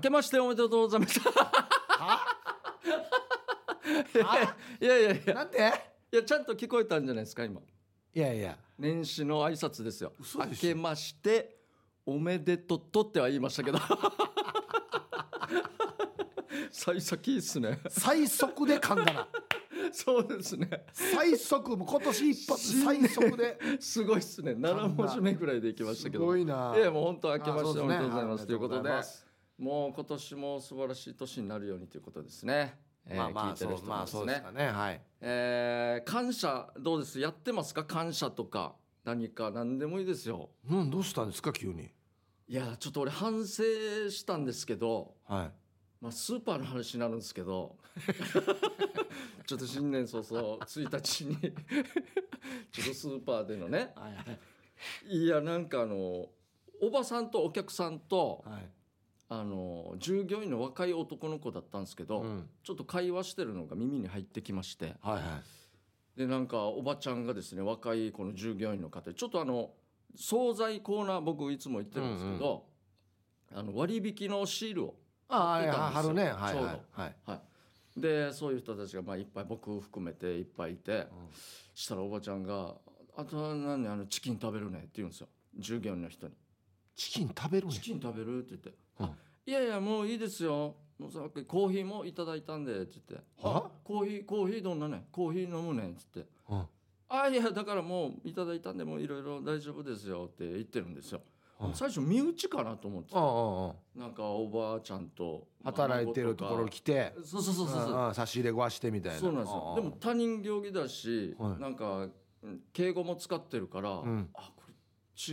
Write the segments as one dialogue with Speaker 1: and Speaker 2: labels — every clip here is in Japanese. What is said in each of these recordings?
Speaker 1: けましておめでとうございました いやいやいや
Speaker 2: なんで
Speaker 1: いやちゃんと聞こえたんじゃないですか今
Speaker 2: いやいや
Speaker 1: 年始の挨拶ですよ
Speaker 2: 嘘でしょ
Speaker 1: 明けましておめでととっては言いましたけど 幸先いいっすね
Speaker 2: 最速で噛んだな
Speaker 1: そうですね
Speaker 2: 最速もう今年一発最速です
Speaker 1: ごいっすね7文字目ぐらいでいきました
Speaker 2: す
Speaker 1: けど
Speaker 2: ごいない
Speaker 1: やもう本当明けましておめでとうござい
Speaker 2: あ
Speaker 1: ま
Speaker 2: そ
Speaker 1: すとい
Speaker 2: うですね
Speaker 1: うことで
Speaker 2: ありがとうございます
Speaker 1: もう今年も素晴らしい年になるようにということですね。えー
Speaker 2: まあま
Speaker 1: 聞
Speaker 2: あ
Speaker 1: いて
Speaker 2: そ
Speaker 1: る
Speaker 2: う
Speaker 1: 人も
Speaker 2: まあそうですかねはい
Speaker 1: えー感謝どうですやってますか感謝とか何か何でもいいですよ。
Speaker 2: うんどうしたんですか急に
Speaker 1: いやちょっと俺反省したんですけど、
Speaker 2: はい
Speaker 1: まあ、スーパーの話になるんですけど ちょっと新年早々1日にちょっとスーパーでのね
Speaker 2: はい
Speaker 1: いやなんかあのおばさんとお客さんと
Speaker 2: はい
Speaker 1: あの従業員の若い男の子だったんですけど、
Speaker 2: うん
Speaker 1: ちょっと会話してるのが耳に入ってきまして
Speaker 2: はいはい
Speaker 1: でなんかおばちゃんがですね若いこの従業員の方ちょっとあの惣菜コーナー僕いつも行ってるんですけど、あの割引のシールを、
Speaker 2: ああはい
Speaker 1: 出
Speaker 2: は
Speaker 1: たんで
Speaker 2: い
Speaker 1: すよ
Speaker 2: 春ねはい
Speaker 1: ちょうど
Speaker 2: はいはい
Speaker 1: はい、でそういう人たちがまあいっぱい僕含めていっぱいいてしたらおばちゃんが「あとは何あのチキン食べるね」って言うんですよ従業員の人に
Speaker 2: チキン食べ
Speaker 1: 「
Speaker 2: るね
Speaker 1: チキン食べる?」って言って「
Speaker 2: うん
Speaker 1: あいやいやもういいですよ」もうさっきコーヒーもいただいたんでって言って「
Speaker 2: は
Speaker 1: あコーヒーコーヒーどんなねコーヒー飲むね」って言って
Speaker 2: うん
Speaker 1: あいやだからもういただいたんでもういろいろ大丈夫ですよって言ってるんですよ
Speaker 2: はい
Speaker 1: 最初身内かなと思って
Speaker 2: うんうんうん
Speaker 1: なんかおばあちゃんと
Speaker 2: 働いてるところに来て
Speaker 1: 孫とかそうそうそうそう
Speaker 2: うんうん差し入れごわしてみたいな
Speaker 1: そうなんですよでも他人行儀だし、
Speaker 2: はい
Speaker 1: なんかうん敬語も使ってるから、
Speaker 2: うん
Speaker 1: あこれ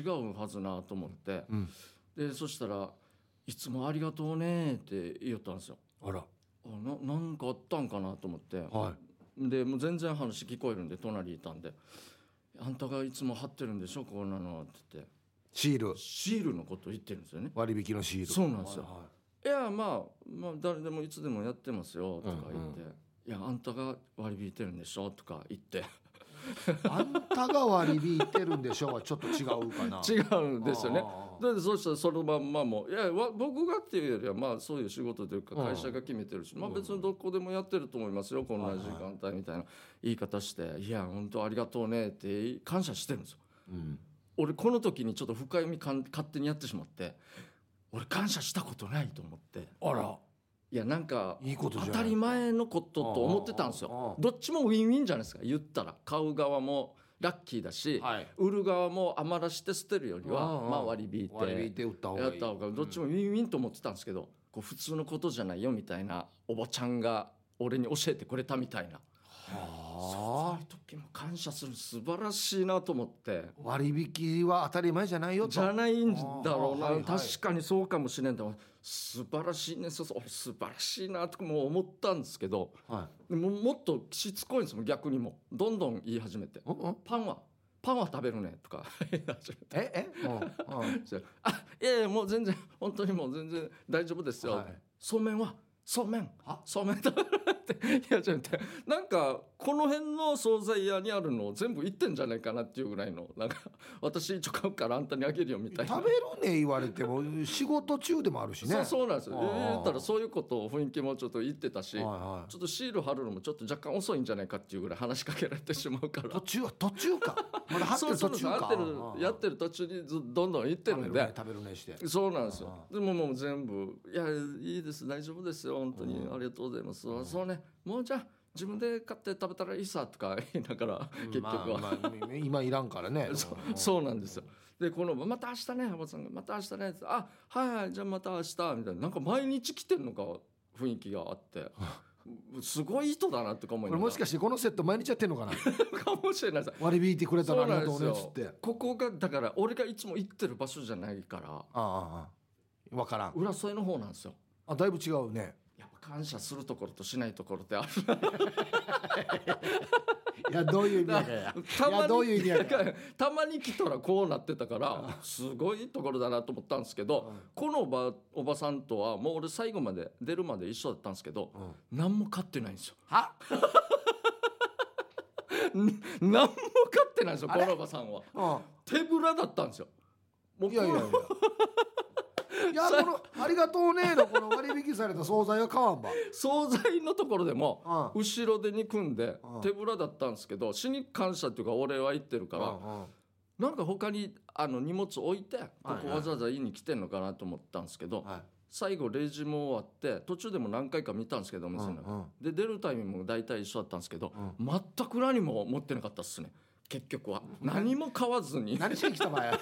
Speaker 1: 違うはずなと思って
Speaker 2: うん
Speaker 1: でそしたら「いつもありがとうね」って言ったんですよ
Speaker 2: あら
Speaker 1: あななんかあったんかなと思って、
Speaker 2: はい
Speaker 1: でもう全然話聞こえるんで隣いたんで「あんたがいつも貼ってるんでしょこんなの」って言って
Speaker 2: シール
Speaker 1: シールのこと言ってるんですよね
Speaker 2: 割引のシール
Speaker 1: そうなんですよ
Speaker 2: はいは
Speaker 1: い
Speaker 2: い
Speaker 1: やまあまあ誰でもいつでもやってますよとか言って、
Speaker 2: うん
Speaker 1: いやあんたが割り引いてるんでしょとか言って
Speaker 2: あんたが割り引いてるんでしょうはちょっと違うかな
Speaker 1: 違うんですよね
Speaker 2: ああああ
Speaker 1: でそうしたらそのまんまもういやわ僕がっていうよりはまあそういう仕事というか
Speaker 2: うん
Speaker 1: 会社が決めてるし、まあ、別にどこでもやってると思いますよこの時間帯みたいな言い方して「いや本当ありがとうね」って感謝してるんですよ。
Speaker 2: うん
Speaker 1: 俺この時にちょっと深読みかん勝手にやってしまって俺感謝したことないと思って
Speaker 2: あら
Speaker 1: いやなんか
Speaker 2: いいことじゃない
Speaker 1: 当たり前のことと思ってたんです
Speaker 2: うんうんうん
Speaker 1: よ
Speaker 2: うん
Speaker 1: どっちもウィンウィンじゃないですか言ったら買う側もラッキーだし、
Speaker 2: はい
Speaker 1: 売る側も余らして捨てるよりは、
Speaker 2: うんうん
Speaker 1: まあ、割り引いて
Speaker 2: 割り引いて売った方が
Speaker 1: や
Speaker 2: い
Speaker 1: っ
Speaker 2: い
Speaker 1: た方がどっちもウィンウィンと思ってたんですけど、こう普通のことじゃないよみたいなおばちゃんが俺に教えてくれたみたいなそう
Speaker 2: はあ
Speaker 1: いう時も感謝する素晴らしいなと思って。
Speaker 2: 割引は当たり前じゃないよと
Speaker 1: じゃないんだろうな、
Speaker 2: あーはいはい
Speaker 1: 確かにそうかもしれんと思う素晴らしいねそうそう素晴らしいなとかも思ったんですけど
Speaker 2: はい
Speaker 1: でももっとしつこいんですもん逆にもうどんどん言い始めて
Speaker 2: うんうん
Speaker 1: 「パンはパンは食べるね」とか言い始めて
Speaker 2: ええうんうん
Speaker 1: あいやいやもう全然本当にもう全然大丈夫ですよ」
Speaker 2: はい
Speaker 1: そうめんはそうめん
Speaker 2: は
Speaker 1: そうめん食べるって言い始めてなんかこの辺の惣菜屋にあるの全部行ってんじゃないかなっていうぐらいのなんか私一応買うからあんたにあげるよみたいな
Speaker 2: 食。べるね言われても仕事中でもあるしね
Speaker 1: そうそうなんですよ
Speaker 2: あー
Speaker 1: 言ったらそういうことを雰囲気もちょっと言ってたし、
Speaker 2: はいはい
Speaker 1: ちょっとシール貼るのもちょっと若干遅いんじゃないかっていうぐらい話しかけられてしまうから
Speaker 2: 途中途中かまだ張って
Speaker 1: そう
Speaker 2: る
Speaker 1: そ
Speaker 2: 途
Speaker 1: う
Speaker 2: 中
Speaker 1: そう合
Speaker 2: か
Speaker 1: ってる
Speaker 2: うんうん
Speaker 1: やってる途中にずどんどん行ってる
Speaker 2: 食べ
Speaker 1: ん
Speaker 2: る
Speaker 1: で
Speaker 2: ね食べる ねして
Speaker 1: そうなんですよ
Speaker 2: あ
Speaker 1: でももう全部「いやいいです大丈夫ですよ本当に
Speaker 2: うん
Speaker 1: ありがとうございます」あそうねもうじゃあ自分で買って食べたらいいさ」とか言いながら結局は、
Speaker 2: まあまあ今いらんからね
Speaker 1: そ
Speaker 2: うん
Speaker 1: そうなんですよでこの「また明日ね浜田さんがまた明日ね」ってあはいはいじゃあまた明日」みたいななんか毎日来てんのか雰囲気があってすごい人だなとか思いな
Speaker 2: こ
Speaker 1: がら
Speaker 2: れもしかしてこのセット毎日やってんのか な
Speaker 1: かもしれないです
Speaker 2: 割り引いてくれたら
Speaker 1: そ
Speaker 2: あ
Speaker 1: う
Speaker 2: り
Speaker 1: なん
Speaker 2: がと
Speaker 1: で
Speaker 2: う
Speaker 1: す
Speaker 2: ね
Speaker 1: よ
Speaker 2: っつって
Speaker 1: ここがだから俺がいつも行ってる場所じゃないから
Speaker 2: ああああわからん
Speaker 1: 浦添の方なんですよ
Speaker 2: あだいぶ違うね
Speaker 1: やっぱ感謝するところとしないところってある
Speaker 2: いやどういう意味やかや
Speaker 1: た
Speaker 2: い
Speaker 1: ま
Speaker 2: やどういう意
Speaker 1: に
Speaker 2: 味やか
Speaker 1: たまに来たらこうなってたからすごいところだなと思ったんですけど、
Speaker 2: うん
Speaker 1: このおばおばさんとはもう俺最後まで出るまで一緒だったんですけど、
Speaker 2: うん
Speaker 1: 何も買ってないんですよ
Speaker 2: は
Speaker 1: 何も買ってないんですよこのおばさんは
Speaker 2: うん
Speaker 1: 手ぶらだったんですよもう
Speaker 2: いやいやいやいやこの「ありがとうね」のこの割引された惣菜は買わんば
Speaker 1: 惣菜のところでも
Speaker 2: う
Speaker 1: 後ろで憎んで
Speaker 2: うん
Speaker 1: 手ぶらだったんですけど死に感謝っていうかお礼は言ってるか
Speaker 2: ん
Speaker 1: らなんか他にあの荷物置いてこ
Speaker 2: はい
Speaker 1: こ
Speaker 2: はい
Speaker 1: わざわざ家に来てんのかなと思ったんですけど
Speaker 2: はい
Speaker 1: 最後レジも終わって途中でも何回か見たんですけどお店の中で出るタイミングも大体一緒だったんですけど
Speaker 2: うん
Speaker 1: 全く何も持ってなかったっすね結局は何も買わずに い
Speaker 2: 何しに来た ばや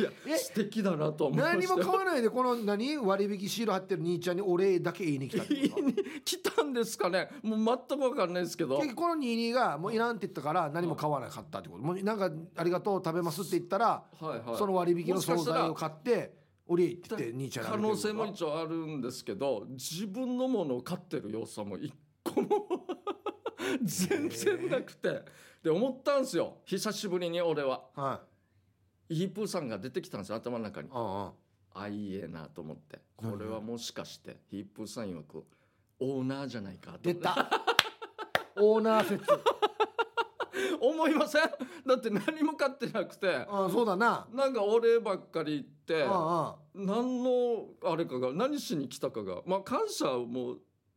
Speaker 1: や
Speaker 2: え
Speaker 1: 素敵だなと思いま
Speaker 2: 何
Speaker 1: し
Speaker 2: も
Speaker 1: た
Speaker 2: 買
Speaker 1: よ
Speaker 2: わないでこの何割引シール貼ってる兄ちゃんにお礼だけ言いに来たってこと
Speaker 1: 来たんですかねもう全く分かんないですけど
Speaker 2: 結局この22がもういらんって言ったから何も買わなかったってこともうなんか「ありがとう食べます」って言ったら
Speaker 1: はいはい
Speaker 2: その割引の惣菜を買って「お礼」って言って兄ちゃんにあ
Speaker 1: 可
Speaker 2: げてる
Speaker 1: 能性も一応あるんですけど自分のものを買ってる様子はもう一個 も全然なくてで思ったんですよ久しぶりに俺は
Speaker 2: は
Speaker 1: イープーさんが出てきたんですよ頭の中に
Speaker 2: いうん うん
Speaker 1: あいいえなと思ってこれはもしかしてイープーさん曰くオーナーじゃないかと
Speaker 2: 出たオーナー説
Speaker 1: 思いませんだって何も買ってなくて
Speaker 2: あそうだな
Speaker 1: なんかお礼ばっかり言って
Speaker 2: あ
Speaker 1: 何のあれかが何しに来たかがまあ感謝も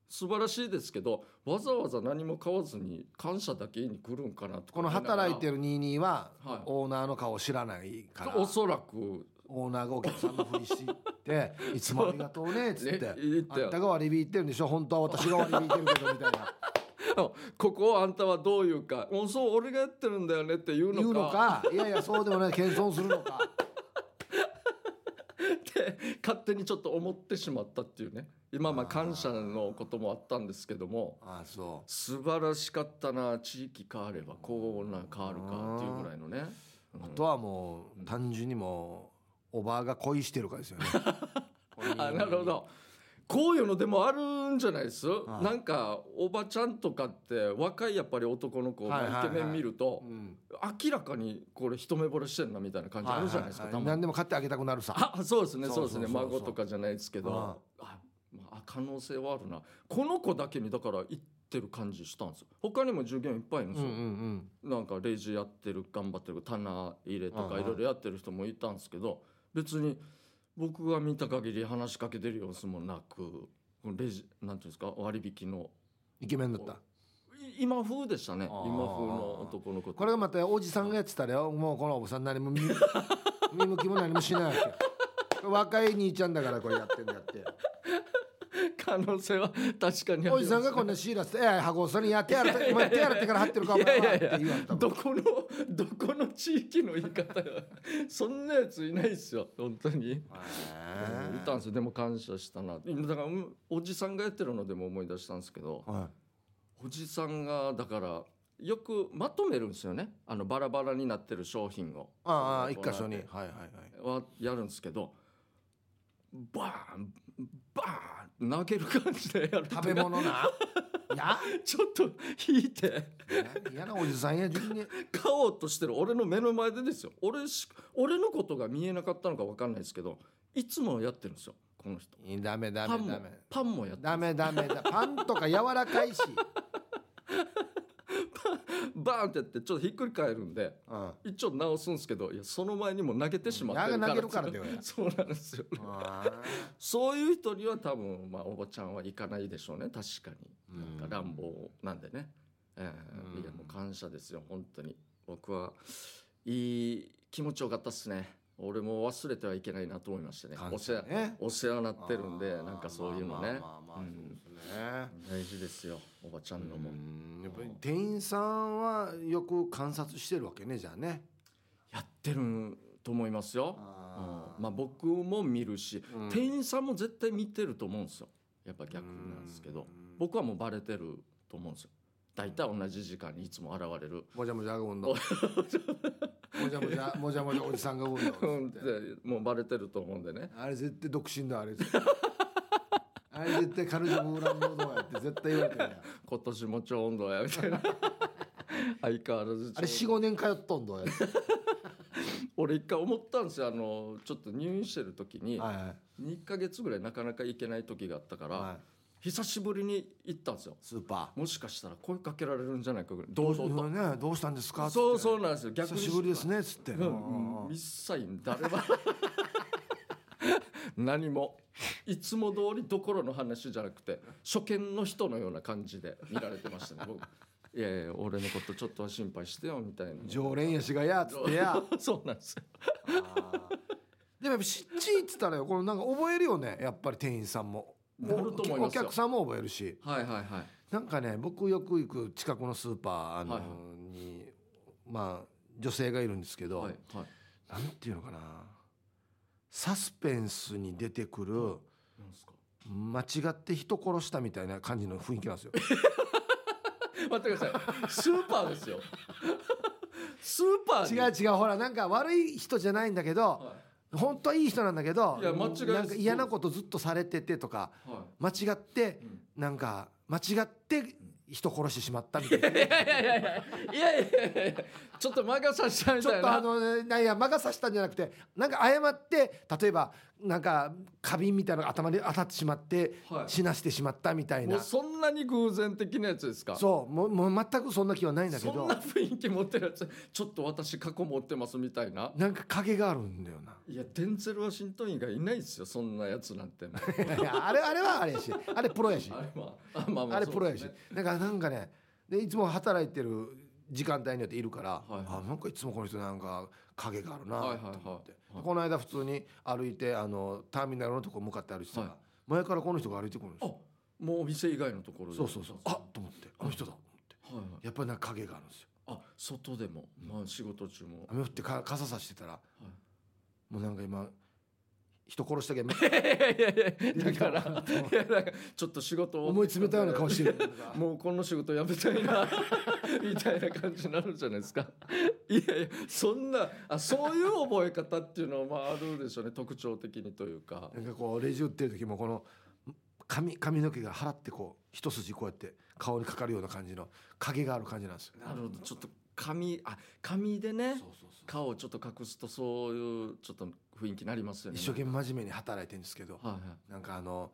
Speaker 1: 素晴らしいですけどわざわざ何も買わずに感謝だけに来るんかなとか
Speaker 2: この働いて
Speaker 1: る
Speaker 2: る22は
Speaker 1: はい
Speaker 2: オーナーの顔を知らないから
Speaker 1: おそらく
Speaker 2: オーナーがお客さんのふ りして「いつもありがとうね」っつっ
Speaker 1: ね
Speaker 2: て
Speaker 1: 言っ
Speaker 2: 「あ
Speaker 1: た
Speaker 2: んた
Speaker 1: よ
Speaker 2: が割り引いてるんでしょ本当は私が割り引いてるけど」みたいな
Speaker 1: ここをあんたはどういうかもうそう俺がやってるんだよねって言うのか
Speaker 2: 言うのかいやいやそうでもない謙遜するのか
Speaker 1: って勝手にちょっと思ってしまったっていうね今まあ感謝のこともあったんですけども
Speaker 2: あそ
Speaker 1: 素晴らしかったな地域変わればこんな変わるかっていうぐらいのね、
Speaker 2: うあとはもう単純にもうおばあが恋してるかですよね
Speaker 1: あなるほどこういうのでもあるんじゃないです、
Speaker 2: い
Speaker 1: なんかおばちゃんとかって若いやっぱり男の子の
Speaker 2: はいはいはい
Speaker 1: イケメン見ると、
Speaker 2: うん
Speaker 1: 明らかにこれ一目惚れしてんなみたいな感じあるじゃないですか、
Speaker 2: はは
Speaker 1: たま
Speaker 2: は
Speaker 1: に
Speaker 2: 何でも買ってあげたくなるさ
Speaker 1: あそうですね
Speaker 2: そう
Speaker 1: そうですね
Speaker 2: そうそうそう
Speaker 1: 孫とかじゃないですけど
Speaker 2: あ
Speaker 1: あまあ可能性はあるなこの子だけにだから行ってる感じしたんですよ他にも従業員いっぱいいるんで
Speaker 2: うんう
Speaker 1: す
Speaker 2: ん
Speaker 1: よ、
Speaker 2: うん
Speaker 1: なんかレジやってる頑張ってる棚入れと
Speaker 2: うんう
Speaker 1: か
Speaker 2: ん
Speaker 1: いろいろやってる人もいたんですけど別に僕が見た限り話しかけてる様子もなくレジなんていうんですか割引の
Speaker 2: イケメンだった
Speaker 1: い今風でしたね
Speaker 2: あー
Speaker 1: 今風の男の子
Speaker 2: これがまたおじさんがやってたらよもうこのおばさん何 も見見向きも何もしないわけよ若い兄ちゃんだからこれやってんだって
Speaker 1: 可能性は 確かにあります
Speaker 2: おじさんがこんなシーラスって「ええ箱それやってやるお前手洗ってから貼ってるかお
Speaker 1: いや
Speaker 2: 前
Speaker 1: い
Speaker 2: は」
Speaker 1: や
Speaker 2: っ
Speaker 1: いや
Speaker 2: て言われたもん
Speaker 1: どこの どこの地域の言い方がそんなやついないですよ本当に。うんいたんですよでも感謝したなだからうんおじさんがやってるのでも思い出したんですけど、
Speaker 2: は
Speaker 1: おじさんがだからよくまとめるんですよねあのバラバラになってる商品を
Speaker 2: ああああ
Speaker 1: そ
Speaker 2: 一
Speaker 1: のコーナー
Speaker 2: 箇所に
Speaker 1: で
Speaker 2: はいはいはい
Speaker 1: はやるんですけどバーンバーン投げる感じでやる
Speaker 2: 食べ物 ないや
Speaker 1: ちょっと引いて
Speaker 2: 嫌なおじさんや自分に
Speaker 1: 買おうとしてる俺の目の前でですよ俺し俺のことが見えなかったのか分かんないですけどいつもやってるんですよこの人
Speaker 2: いいダメダ
Speaker 1: パン
Speaker 2: メ
Speaker 1: も
Speaker 2: ダメ
Speaker 1: パンもやって
Speaker 2: ダメダメだパンとか柔らかいし、
Speaker 1: バーンってやってちょっとひっくり返るんで
Speaker 2: うん、あ
Speaker 1: 一応直すんですけどいやその前にもう投げてしまってるから
Speaker 2: 投げるからだよ
Speaker 1: そうなんですよ
Speaker 2: あ
Speaker 1: そういう人には多分、まあ、おばちゃんは行かないでしょうね確か
Speaker 2: う
Speaker 1: に
Speaker 2: ん
Speaker 1: なんか乱暴なんでね、えー
Speaker 2: うん
Speaker 1: いやもう感謝ですよ本当に僕はいい気持ちよかったっすね俺も忘れてはいけないなと思いましたね
Speaker 2: 感
Speaker 1: お世
Speaker 2: 謝
Speaker 1: 話
Speaker 2: ね
Speaker 1: お世話になってるんで
Speaker 2: あー
Speaker 1: なんかそういうのね
Speaker 2: まあまあまあまあ
Speaker 1: うん
Speaker 2: そうですね
Speaker 1: 大事ですよおばちゃんのも、
Speaker 2: うんやっぱり店員さんはよく観察してるわけねじゃあね。
Speaker 1: やってると思いますよ
Speaker 2: あ
Speaker 1: うんまあ、僕も見るし、
Speaker 2: うん
Speaker 1: 店員さんも絶対見てると思うんですよやっぱ逆なんですけど僕はもうバレてると思うんですよ大体同じ時間にいつも現れ る
Speaker 2: もじゃもじゃがうんの。もじゃもじゃもじゃもじゃおじさんがうん
Speaker 1: うん
Speaker 2: の
Speaker 1: っ。てもうバレてると思うんでね
Speaker 2: あれ絶対独身だあれ。 あれ絶対彼女も裏のどうやって絶対言われてる やん。
Speaker 1: 今年も超温度やみた いな相変わらず
Speaker 2: あれ四五年通っとんどう やって。
Speaker 1: 俺一回思ったんですよあのちょっと入院してる時に
Speaker 2: はいはい
Speaker 1: 2ヶ月ぐらいなかなか行けない時があったから、
Speaker 2: は
Speaker 1: 久しぶりに行ったんですよ
Speaker 2: スーパ
Speaker 1: もしかしたら声かけられるんじゃないかぐらい
Speaker 2: ー
Speaker 1: 堂々と、
Speaker 2: ねどうしたんですか
Speaker 1: そう
Speaker 2: う
Speaker 1: そうなんですよ逆
Speaker 2: 久
Speaker 1: に
Speaker 2: しぶりですねっつって、
Speaker 1: うんうんうん一切誰は何もいつも通りどころの話じゃなくて初見の人のような感じで見られてましたね僕いやいや俺のことちょっとは心配してよみたいな
Speaker 2: 常連やしがやっつってや
Speaker 1: そうなんですよ
Speaker 2: でもやっぱしっちいっつったらよこのなんか覚えるよねやっぱり店員さんも
Speaker 1: なると思いますよ
Speaker 2: お客さんも覚えるし
Speaker 1: はいはいはい
Speaker 2: なんかね僕よく行く近くのスーパーあの、
Speaker 1: はいは
Speaker 2: にまあ女性がいるんですけど、
Speaker 1: はいはい
Speaker 2: なんていうのかなサスペンスに出てくる
Speaker 1: なんですか
Speaker 2: 間違って人殺したみたいな感じの雰囲気なんですよ。
Speaker 1: 待ってくださいスーパーですよスーパー
Speaker 2: 違
Speaker 1: に
Speaker 2: う違うほらなんか悪い人じゃないんだけど
Speaker 1: は
Speaker 2: 本当はいい人なんだけど
Speaker 1: いや間違い
Speaker 2: なんか嫌なことずっとされててとか
Speaker 1: いは
Speaker 2: 間違って
Speaker 1: いうん
Speaker 2: なんか間違って人殺してしまったみた いな。
Speaker 1: いやいやいやいやいやいやいやちょっと魔が差したみ
Speaker 2: ちょ
Speaker 1: た
Speaker 2: っ
Speaker 1: い
Speaker 2: と
Speaker 1: な
Speaker 2: あのねなんや魔が差したんじゃなくてなんか誤って例えばなんか花瓶みたいなのが頭に当たってしまって、
Speaker 1: はい
Speaker 2: 死なしてしまったみたい
Speaker 1: もう
Speaker 2: な
Speaker 1: そんなに偶然的なやつですか
Speaker 2: そうもうもう全くそんな気はないんだけ
Speaker 1: そん
Speaker 2: ど
Speaker 1: な雰囲気持ってるやつちょっと私過去持ってますみたいな
Speaker 2: なんか影があるんだよな。
Speaker 1: いやデンゼル・ワシントン以外いないですよそんなやつなんてあ
Speaker 2: いやあれあれはあれやしあれプロやし
Speaker 1: れはあまあまあ
Speaker 2: あれ
Speaker 1: そう
Speaker 2: プロや
Speaker 1: で
Speaker 2: し
Speaker 1: すね
Speaker 2: だからなんかねでいつも働いてる時間帯によっているから、
Speaker 1: いはい
Speaker 2: あなんかいつもこの人なんか影があるなと
Speaker 1: はい
Speaker 2: 思っ
Speaker 1: はい
Speaker 2: て、
Speaker 1: はいはい
Speaker 2: この間普通に歩いてあのターミナルのとこ向かって歩いてたら、
Speaker 1: は
Speaker 2: 前からこの人が歩いてくるんですよ
Speaker 1: あもうお店以外のところで
Speaker 2: そうそうそうあっと思ってあの人だと思って
Speaker 1: はいはい
Speaker 2: やっぱりなんか影があるんですよ
Speaker 1: あ外でもまあ仕事中も
Speaker 2: 雨降ってか傘さしてたら
Speaker 1: は
Speaker 2: もうなんか今人殺したけど
Speaker 1: いいやいやいやだから
Speaker 2: 出てきた
Speaker 1: いやなんかちょっと仕事を
Speaker 2: 思い詰めたような顔して る
Speaker 1: もうこの仕事辞めたいな みたいな感じになるじゃないですかいやいやそんなあそういう覚え方っていうのはまああるでしょうね特徴的にというか
Speaker 2: なんかこうレジ打ってる時もこの髪髪の毛が払ってこう一筋こうやって顔にかかるような感じの影がある感じなんですよ。
Speaker 1: なるほどちょっと髪あ髪で
Speaker 2: そう
Speaker 1: ね
Speaker 2: そうそう
Speaker 1: 顔をちょっと隠すとそういうちょっと雰囲気になりますよね
Speaker 2: 一生懸命真面目に働いてるんですけど、
Speaker 1: はいはい
Speaker 2: なんかあの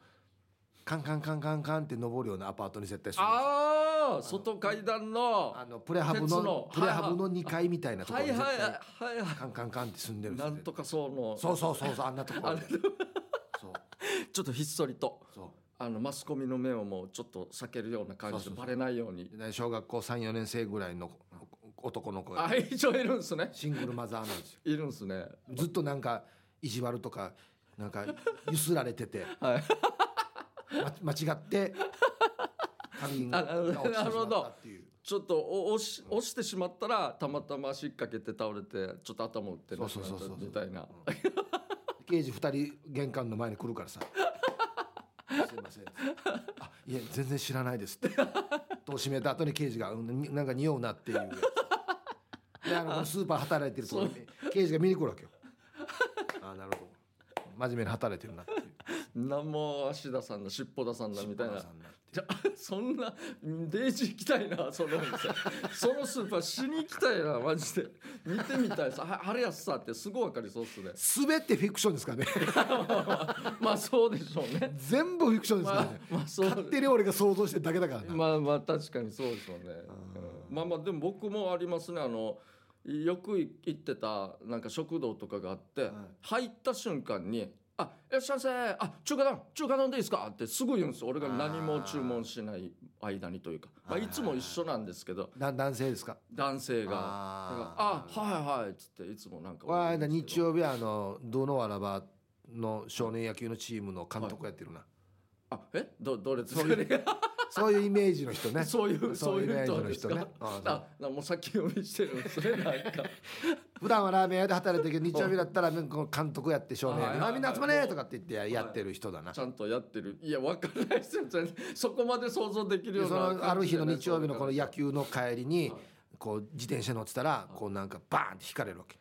Speaker 2: カンカンカンカンカンって登るようなアパートに設定するんですよ
Speaker 1: ああ外階段の
Speaker 2: あのプレハブ
Speaker 1: 鉄
Speaker 2: の
Speaker 1: の
Speaker 2: プレハブの2階みたいなと
Speaker 1: は
Speaker 2: ころ
Speaker 1: い
Speaker 2: に
Speaker 1: はい
Speaker 2: 絶
Speaker 1: はい
Speaker 2: 対
Speaker 1: はいは
Speaker 2: カンカンカンって住んでる
Speaker 1: い
Speaker 2: んです
Speaker 1: な
Speaker 2: よ
Speaker 1: んとかその
Speaker 2: そうそうそうそうあんなとこ
Speaker 1: あ
Speaker 2: ろ
Speaker 1: れ
Speaker 2: でそう
Speaker 1: ちょっとひっそりと
Speaker 2: そう
Speaker 1: あのマスコミの目をもうちょっと避けるような感じ
Speaker 2: そ
Speaker 1: で
Speaker 2: うそうそ
Speaker 1: バ
Speaker 2: う
Speaker 1: レないように
Speaker 2: でね小学校34年生ぐらいの男の子が
Speaker 1: あ一応いるんですね
Speaker 2: シングルマザーなんですよ。
Speaker 1: いるんですね
Speaker 2: ずっとなんか意地悪とかなんかゆすられてて、
Speaker 1: はい
Speaker 2: ま、間違って髪が落ちてしまったっていう
Speaker 1: ちょっとお押し押してしまったらたまたま足掛けて倒れてちょっと頭打ってなく
Speaker 2: そう
Speaker 1: な
Speaker 2: そ
Speaker 1: っ
Speaker 2: う
Speaker 1: た
Speaker 2: そうそう
Speaker 1: みたいな
Speaker 2: 刑事2人玄関の前に来るからさ「すいません」あいや全然知らないです」って戸を閉めた後に刑事が「うんになんか匂うな」っていうやつであのスーパー働いてるとこに刑事が見に来るわけよああなるほど真面目に働いてるなっていう
Speaker 1: 何も足田さんだ尻尾田さんだみたいな
Speaker 2: さんになって
Speaker 1: じゃそんなデイジー行きたいなそのお店そのスーパーしに行きたいなマジで見てみたいさは晴れやすさってすごいわかりそうっすね
Speaker 2: 全てフィクションですからね
Speaker 1: まあそうでしょうね
Speaker 2: 全部フィクションですから
Speaker 1: ま
Speaker 2: ね、
Speaker 1: あまあそう
Speaker 2: 勝手に俺が想像してるだけだからな、
Speaker 1: まあまあ確かにそうでしょうね。うんまあまあでも僕もありますねあのよく行ってたなんか食堂とかがあって、入った瞬間に「あいらっしゃいませあ中華丼中華丼でいいですか?」ってすぐ言うんですよ俺が何も注文しない間にというかまあ、いつも一緒なんですけど
Speaker 2: な男性ですか
Speaker 1: 男性が「あ
Speaker 2: あ
Speaker 1: あはいはい」っつっていつもなんか
Speaker 2: あわあな日
Speaker 1: 曜
Speaker 2: 曜日はあのどのわらばの少年野球のチームの監督やってるな、
Speaker 1: あえどどれですかね
Speaker 2: そういうイメージの人 ね
Speaker 1: そういう
Speaker 2: そ
Speaker 1: そうう
Speaker 2: い
Speaker 1: い
Speaker 2: うイメ
Speaker 1: う
Speaker 2: ージ
Speaker 1: 人
Speaker 2: の
Speaker 1: です
Speaker 2: 人
Speaker 1: か、
Speaker 2: ねああ
Speaker 1: あなもう先読みしてるんですねなんか。
Speaker 2: 普段はラーメン屋で働いてるけど日曜日だったらこの監督やって少年
Speaker 1: はい
Speaker 2: 野
Speaker 1: は
Speaker 2: 球
Speaker 1: い
Speaker 2: あ
Speaker 1: はい
Speaker 2: みんな集まれとかって言ってやってる人だな、
Speaker 1: ちゃんとやってるいや分からないですよ全然そこまで想像できる
Speaker 2: で
Speaker 1: よう
Speaker 2: そ
Speaker 1: な
Speaker 2: のある日の日曜日のこの
Speaker 1: や
Speaker 2: 野球の帰りにこう自転車乗ってたらこうなんかバーンって引かれるわけ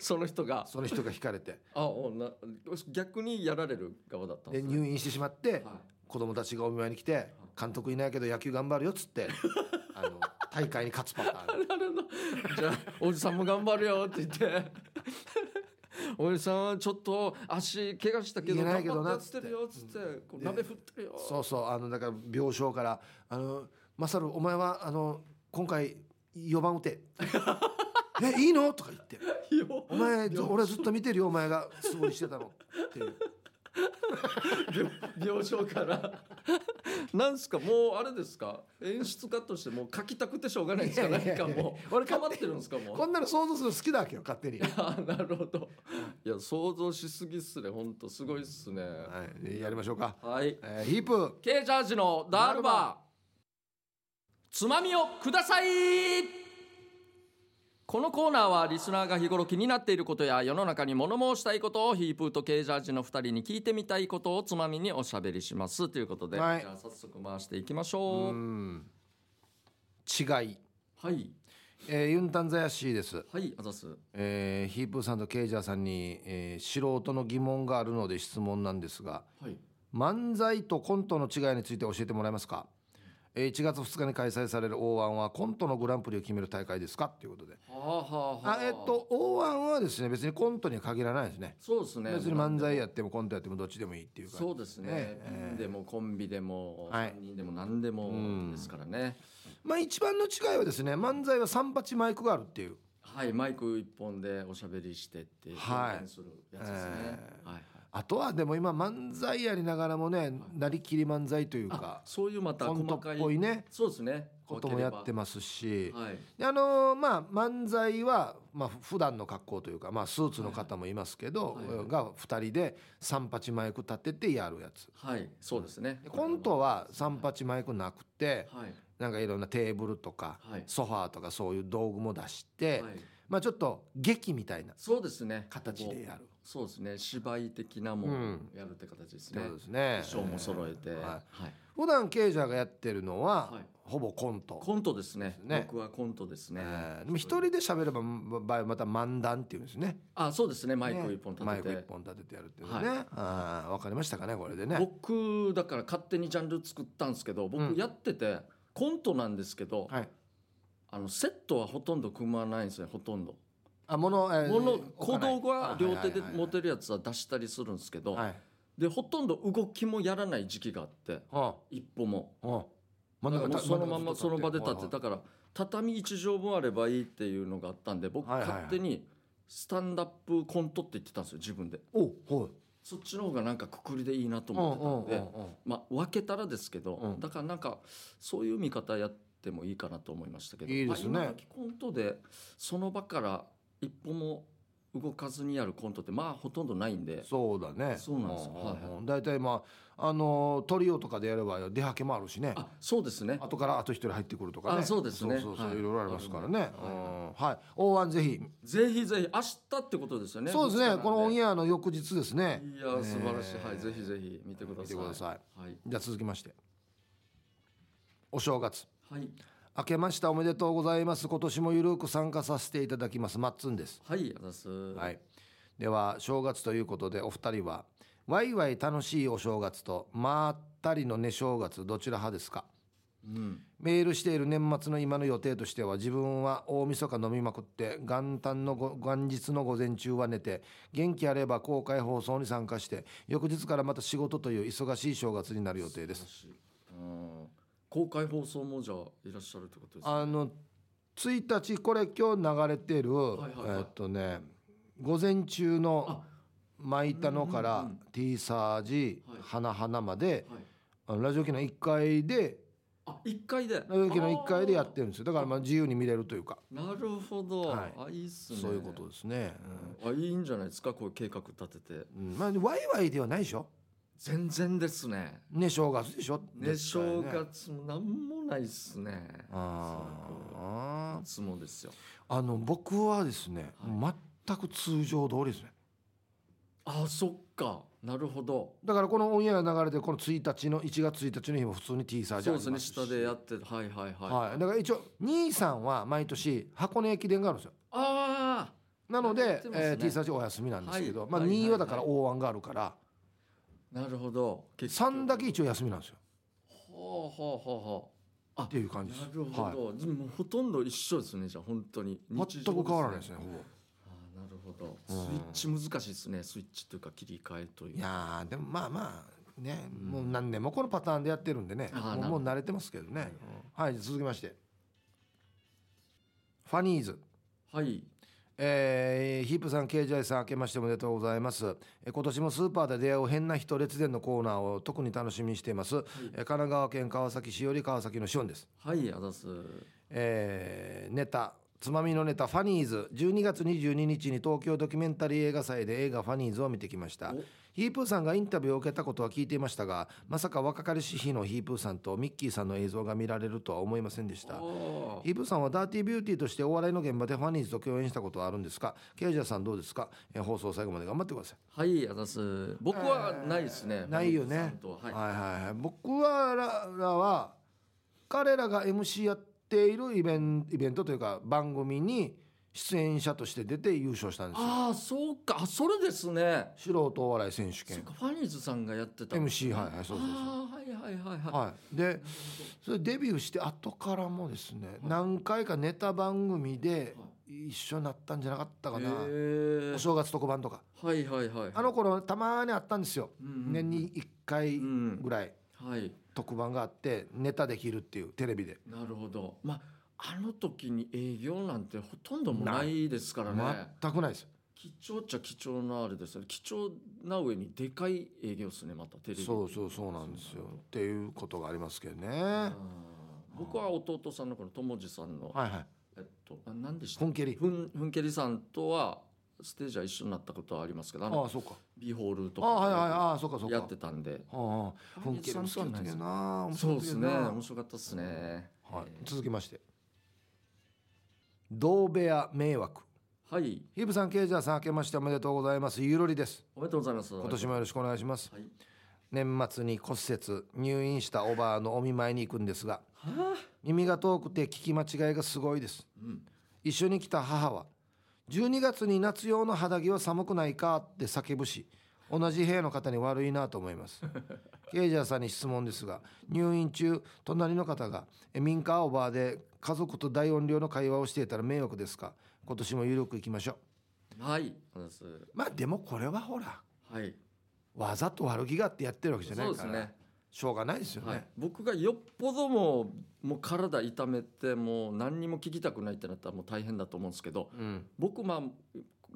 Speaker 1: その人が
Speaker 2: その人が引かれて
Speaker 1: あおな逆にやられる側だったんで
Speaker 2: です
Speaker 1: ね
Speaker 2: 入院してしまって
Speaker 1: は
Speaker 2: 子供たちがお見舞いに来て監督いないけど野球頑張るよっつって あの大会に勝つパターン
Speaker 1: いなるほどじゃあおじさんも頑張るよって言って「 おじさんはちょっと足怪我したけど
Speaker 2: 言えな
Speaker 1: 頑
Speaker 2: いけ
Speaker 1: 張
Speaker 2: ど
Speaker 1: って
Speaker 2: な
Speaker 1: やってるよ」っつって「こう
Speaker 2: で
Speaker 1: 鍋振ってるよ」
Speaker 2: そうそうあのだから病床から「あのマサルお前はあの今回4番打 て」「えいいの?」とか言って
Speaker 1: いいよ
Speaker 2: 「お前ず俺ずっと見てるよお前が素振りしてたの」っていう
Speaker 1: 病床からなんすかもうあれですか演出家としてもう書きたくてしょうがないんですか
Speaker 2: いやいやい
Speaker 1: 何
Speaker 2: や
Speaker 1: かもう俺かまってるんですかもう
Speaker 2: こんなの想像するの好きだわけよ勝手に。
Speaker 1: あ なるほどいや想像しすぎっすねほんとすごいっすね
Speaker 2: はい、やりましょうか。
Speaker 1: はい
Speaker 2: えー、ヒープ
Speaker 1: K ジャージのダール
Speaker 2: ダール
Speaker 1: バーつまみをくださいこのコーナーはリスナーが日頃気になっていることや世の中に物申したいことをヒープーと K ジャージの2人に聞いてみたいことをつまみにおしゃべりしますということで、
Speaker 2: はい
Speaker 1: じゃあ早速回していきまし
Speaker 2: う
Speaker 1: ょう、
Speaker 2: ん違い、
Speaker 1: はい
Speaker 2: えー、ユンタンザヤシーです、
Speaker 1: はいあざっす
Speaker 2: えー、ヒープーさんとケイジャーさんに、えー、素人の疑問があるので質問なんですが
Speaker 1: はい
Speaker 2: 漫才とコントの違いについて教えてもらえますか、えー、1月2日に開催される O1 はコントのグランプリを決める大会ですかということで
Speaker 1: はあはあは
Speaker 2: あえっと O1 はですね別にコントには限らないですね
Speaker 1: そうですね
Speaker 2: 別に漫才やってもコントやってもどっちでもいいっていうか
Speaker 1: そうですね、
Speaker 2: ええ
Speaker 1: でもコンビでも
Speaker 2: はい
Speaker 1: 3人でも何でもですからね、
Speaker 2: まあ一番の違いはですね漫才は三八マイクがあるっていう
Speaker 1: はいマイク一本でおしゃべりしてって
Speaker 2: はい
Speaker 1: 表現するやつですね、
Speaker 2: え
Speaker 1: はいはい
Speaker 2: あとはでも今漫才やりながらもねなりきり漫才という
Speaker 1: あ
Speaker 2: か
Speaker 1: そういうまた
Speaker 2: コ
Speaker 1: 細
Speaker 2: ント
Speaker 1: か
Speaker 2: っ
Speaker 1: い
Speaker 2: ぽいね
Speaker 1: そうですね
Speaker 2: こともやって
Speaker 1: ま
Speaker 2: ますし
Speaker 1: はい
Speaker 2: であのーまあ漫才はまあ普段の格好というかまあスーツの方もいますけ
Speaker 1: は
Speaker 2: ど
Speaker 1: いはい
Speaker 2: が2人で三八マイク立ててやるやつ
Speaker 1: はいそうですね
Speaker 2: でコントは三八マイクなくて
Speaker 1: はい
Speaker 2: なんかいろんなテーブルとか
Speaker 1: はい
Speaker 2: ソファーとかそういう道具も出して
Speaker 1: はい
Speaker 2: まあちょっと劇みたいな
Speaker 1: そうですね
Speaker 2: 形でやる
Speaker 1: そうですね芝居的なも
Speaker 2: うんん
Speaker 1: やるって形です
Speaker 2: と
Speaker 1: ね
Speaker 2: いう、ことですね
Speaker 1: 衣装も揃えて、
Speaker 2: はい
Speaker 1: はい、
Speaker 2: 普段ケイジャーがやってるのは
Speaker 1: はい
Speaker 2: ほぼコント
Speaker 1: コントですね
Speaker 2: ね
Speaker 1: 僕はコントですね、
Speaker 2: えーでも一人で喋ればま場合また漫談っていうんですね。
Speaker 1: あそうですねマイクを一本立
Speaker 2: マイ
Speaker 1: て
Speaker 2: ク
Speaker 1: て、
Speaker 2: 一本立ててやるっていうのね。
Speaker 1: はい
Speaker 2: ああわかりましたかねこれでね。
Speaker 1: 僕だから勝手にジャンル作ったんですけど
Speaker 2: うん
Speaker 1: 僕やってて、コントなんですけど、
Speaker 2: はい。
Speaker 1: あのセットはほとんど組まないんですねほとんど。
Speaker 2: あ物えー
Speaker 1: もの
Speaker 2: 置
Speaker 1: 小
Speaker 2: かない
Speaker 1: 道具は両手で
Speaker 2: はいはいはいはい
Speaker 1: 持てるやつは出したりするんですけど、
Speaker 2: はい。
Speaker 1: でほとんど動きもやらない時期があって
Speaker 2: は
Speaker 1: 一歩も。
Speaker 2: あはあ。真
Speaker 1: だ
Speaker 2: ん
Speaker 1: から
Speaker 2: 中
Speaker 1: もうその
Speaker 2: た真ん
Speaker 1: ま
Speaker 2: 中
Speaker 1: ま
Speaker 2: ずっ
Speaker 1: その
Speaker 2: と
Speaker 1: 場で
Speaker 2: 立
Speaker 1: 立
Speaker 2: っ
Speaker 1: っててだから畳1畳分あればいいっていうのがあったんで僕
Speaker 2: はいはいはい
Speaker 1: 勝手にスタンダップコントって言ってたんですよ自分で
Speaker 2: はいはいおはい。
Speaker 1: そっちの方がなんかくくりでいいなと
Speaker 2: うん
Speaker 1: 思ってたんで
Speaker 2: うんうんうん
Speaker 1: まあ、分けたらですけど、
Speaker 2: うん
Speaker 1: だからなんかそういう見方やってもいいかなと思いましたけど
Speaker 2: いいですね
Speaker 1: まあ、今時コントでその場から一歩も動かずにやるコントってまあほとんどないんで
Speaker 2: そうだね。
Speaker 1: そうなんですよ
Speaker 2: よ
Speaker 1: はいはい
Speaker 2: だいたいまああのートリオとかでやれば出はけもあるしね。
Speaker 1: あそうですね
Speaker 2: 後からあと一人入ってくるとかね。
Speaker 1: あそうですね
Speaker 2: そうそうそ
Speaker 1: は
Speaker 2: う
Speaker 1: い
Speaker 2: いろいろありますからね。
Speaker 1: はい
Speaker 2: うんはい。大安ぜひ
Speaker 1: ぜひぜひ明日ってことですよね
Speaker 2: そうですね。
Speaker 1: 二日なん
Speaker 2: このオンエアの翌日ですね。
Speaker 1: いや素晴らしい、
Speaker 2: えー
Speaker 1: はいぜひぜひ見てください
Speaker 2: 見てくださ
Speaker 1: はい、
Speaker 2: じゃあ続きまして。お正月。
Speaker 1: はい
Speaker 2: 明けましておめでとうございます。今年もゆるく参加させていただきます。マッツンです。
Speaker 1: はい、あざっすは
Speaker 2: はいい。では正月ということでお二人はワイワイ楽しいお正月とまったりの寝正月どちら派ですか。
Speaker 1: うん、
Speaker 2: メールしている年末の今の予定としては自分は大晦日飲みまくって元旦のご元日の午前中は寝て元気あれば公開放送に参加して翌日からまた仕事という忙しい正月になる予定で
Speaker 1: 素
Speaker 2: す
Speaker 1: 晴らしいうん公開放送もじゃあいらっしゃるってことですね
Speaker 2: あの1日これ今日流れてる、
Speaker 1: いはいはい
Speaker 2: えっとね午前中の
Speaker 1: あ
Speaker 2: 巻いたのか
Speaker 1: うん
Speaker 2: ら
Speaker 1: うんうん
Speaker 2: T サージ
Speaker 1: はい
Speaker 2: 花花まで
Speaker 1: はい
Speaker 2: あのラジオ機の1階で
Speaker 1: あ一回で
Speaker 2: ラジオ機の1階でやってるんですよだからまあ自由に見れるというか
Speaker 1: なるほど、
Speaker 2: はい
Speaker 1: あいいっすね
Speaker 2: そういうことですね。うん
Speaker 1: あいいんじゃないですかこういう計画立てて
Speaker 2: うんまあワイワイではないでしょ
Speaker 1: 全然ですね
Speaker 2: ね正月でしょ
Speaker 1: ね
Speaker 2: 絶対
Speaker 1: 正
Speaker 2: ね
Speaker 1: 月もなんもないっすね
Speaker 2: あ
Speaker 1: いつもですよ
Speaker 2: ああの僕はですね、
Speaker 1: は
Speaker 2: 全く通常通りですね
Speaker 1: あそっかなるほど
Speaker 2: だからこのオンエア流れてこの1日の1月1日の日も普通に T サージ
Speaker 1: そ
Speaker 2: あ
Speaker 1: う
Speaker 2: り
Speaker 1: です
Speaker 2: ま
Speaker 1: ね
Speaker 2: すし
Speaker 1: 下でやってはいはいはい、あ
Speaker 2: はいだから一応兄さんは毎年箱根駅伝があるんですよ
Speaker 1: あ
Speaker 2: なので
Speaker 1: やって、ますね
Speaker 2: えー、T サージお休みなんですけど、
Speaker 1: はい
Speaker 2: まあ、
Speaker 1: はいはい
Speaker 2: 2はだから大腕があるから、
Speaker 1: ーなるほど結局
Speaker 2: 3だけ一応休みなんですよ
Speaker 1: ほうほうほうほ
Speaker 2: っていう感
Speaker 1: う
Speaker 2: じです
Speaker 1: なるほ
Speaker 2: はい
Speaker 1: ど、でもほとんど一緒ですねじゃあ本当に
Speaker 2: 全く変わらないです
Speaker 1: ね
Speaker 2: ねほぼ
Speaker 1: あーなるほどスイッチ難しいですねスイッチというか切り替えという
Speaker 2: いやーでもまあまあね、もう何年もこのパターンでやってるんでね
Speaker 1: あーなる
Speaker 2: もう
Speaker 1: ほ
Speaker 2: も
Speaker 1: ど
Speaker 2: う慣れてますけどねはい、続きましてファニーズ
Speaker 1: はい
Speaker 2: えーヒープさん、ケイジャイさん、明けましておめでとうございます。えー今年もスーパーで出会う変な人列伝のコーナーを特に楽しみにしています。えー神奈川県川崎市より川崎のシオンです。
Speaker 1: はいあざす
Speaker 2: えーネタつまみのネタ「ファニーズ」12月22日に東京ドキュメンタリー映画祭で映画「ファニーズ」を見てきました
Speaker 1: お
Speaker 2: ヒープーさんがインタビューを受けたことは聞いていましたがまさか若かりし日のヒープーさんとミッキーさんの映像が見られるとは思いませんでした
Speaker 1: お
Speaker 2: ヒープーさんはダーティービューティーとしてお笑いの現場でファニーズと共演したことはあるんですかケイジャーさんどうですか、えー放送最後まで頑張ってください
Speaker 1: はいあざす僕はないですね、
Speaker 2: ないよ
Speaker 1: ファニーズ
Speaker 2: ね
Speaker 1: さんとははい
Speaker 2: はいはいはい僕はららは彼らが MC やっているイベンイベントというか番組に出演者として出て優勝したんですよ
Speaker 1: ああそうかあそれですね
Speaker 2: 素人お笑い選手
Speaker 1: そっ
Speaker 2: 権
Speaker 1: かファニーズさんがやってた
Speaker 2: MC はいはいそうそうそ
Speaker 1: ああはいはいはいはいう
Speaker 2: はいでそれデビューして後からもですね何回かネタ番組で一緒になったんじゃなかったかな
Speaker 1: へー
Speaker 2: お正月特番とか
Speaker 1: はいはいはい
Speaker 2: あの頃たまにあったんですよ
Speaker 1: うんうん
Speaker 2: 年に1回
Speaker 1: うん
Speaker 2: ぐらい
Speaker 1: はい
Speaker 2: 特番があってネタできるっていうテレビで
Speaker 1: なるほどまああの時に営業なんてほとんどもうないですからね
Speaker 2: 全くないです
Speaker 1: 貴重っちゃ貴重なあれですよね貴重な上にでかい営業ですねまたテレビ
Speaker 2: そうそうそうなんですよっていうことがありますけどね
Speaker 1: あ
Speaker 2: は
Speaker 1: ー僕は弟さんのこの友次さんの、
Speaker 2: いはい
Speaker 1: えっとあ何でした
Speaker 2: 本蹴り
Speaker 1: ふんふんけりさんとはステージは一緒になったことはありますけどあ
Speaker 2: あ
Speaker 1: の
Speaker 2: あそうか
Speaker 1: B ホールと
Speaker 2: ああはいはい
Speaker 1: か
Speaker 2: ああそうかそうか
Speaker 1: やってたんで
Speaker 2: ああ本蹴り
Speaker 1: さ
Speaker 2: も
Speaker 1: ん
Speaker 2: 好
Speaker 1: とは
Speaker 2: きだっ
Speaker 1: ない
Speaker 2: た
Speaker 1: で
Speaker 2: け
Speaker 1: す
Speaker 2: どな面白
Speaker 1: そ
Speaker 2: いう
Speaker 1: ですね面白かったですね、
Speaker 2: はい続きまして同部屋迷惑
Speaker 1: はい
Speaker 2: ヒブさんケイジャーさん明けましておめでとうございますゆろりです
Speaker 1: おめでとうございます
Speaker 2: 今年もよろしくお願いします
Speaker 1: はい
Speaker 2: 年末に骨折入院したおばあのお見舞いに行くんですが
Speaker 1: はあ
Speaker 2: 耳が遠くて聞き間違いがすごいです
Speaker 1: うん
Speaker 2: 一緒に来た母は12月に夏用の肌着は寒くないかって叫ぶし同じ部屋の方に悪いなと思います ケイジャーさんに質問ですが入院中隣の方がえ民家オーバーで家族と大音量の会話をしていたら迷惑ですか今年も緩くいきましょう
Speaker 1: はい、そうです。
Speaker 2: まあでもこれはほら
Speaker 1: はい。
Speaker 2: わざと悪気があってやってるわけじゃない
Speaker 1: そうで
Speaker 2: か
Speaker 1: す
Speaker 2: ら、
Speaker 1: ね。
Speaker 2: しょうがないですよね、
Speaker 1: はい。僕がよっぽどもう、もう体痛めて、もう何にも聞きたくないってなったら、もう大変だと思うんですけど。
Speaker 2: うん
Speaker 1: 僕、まあ、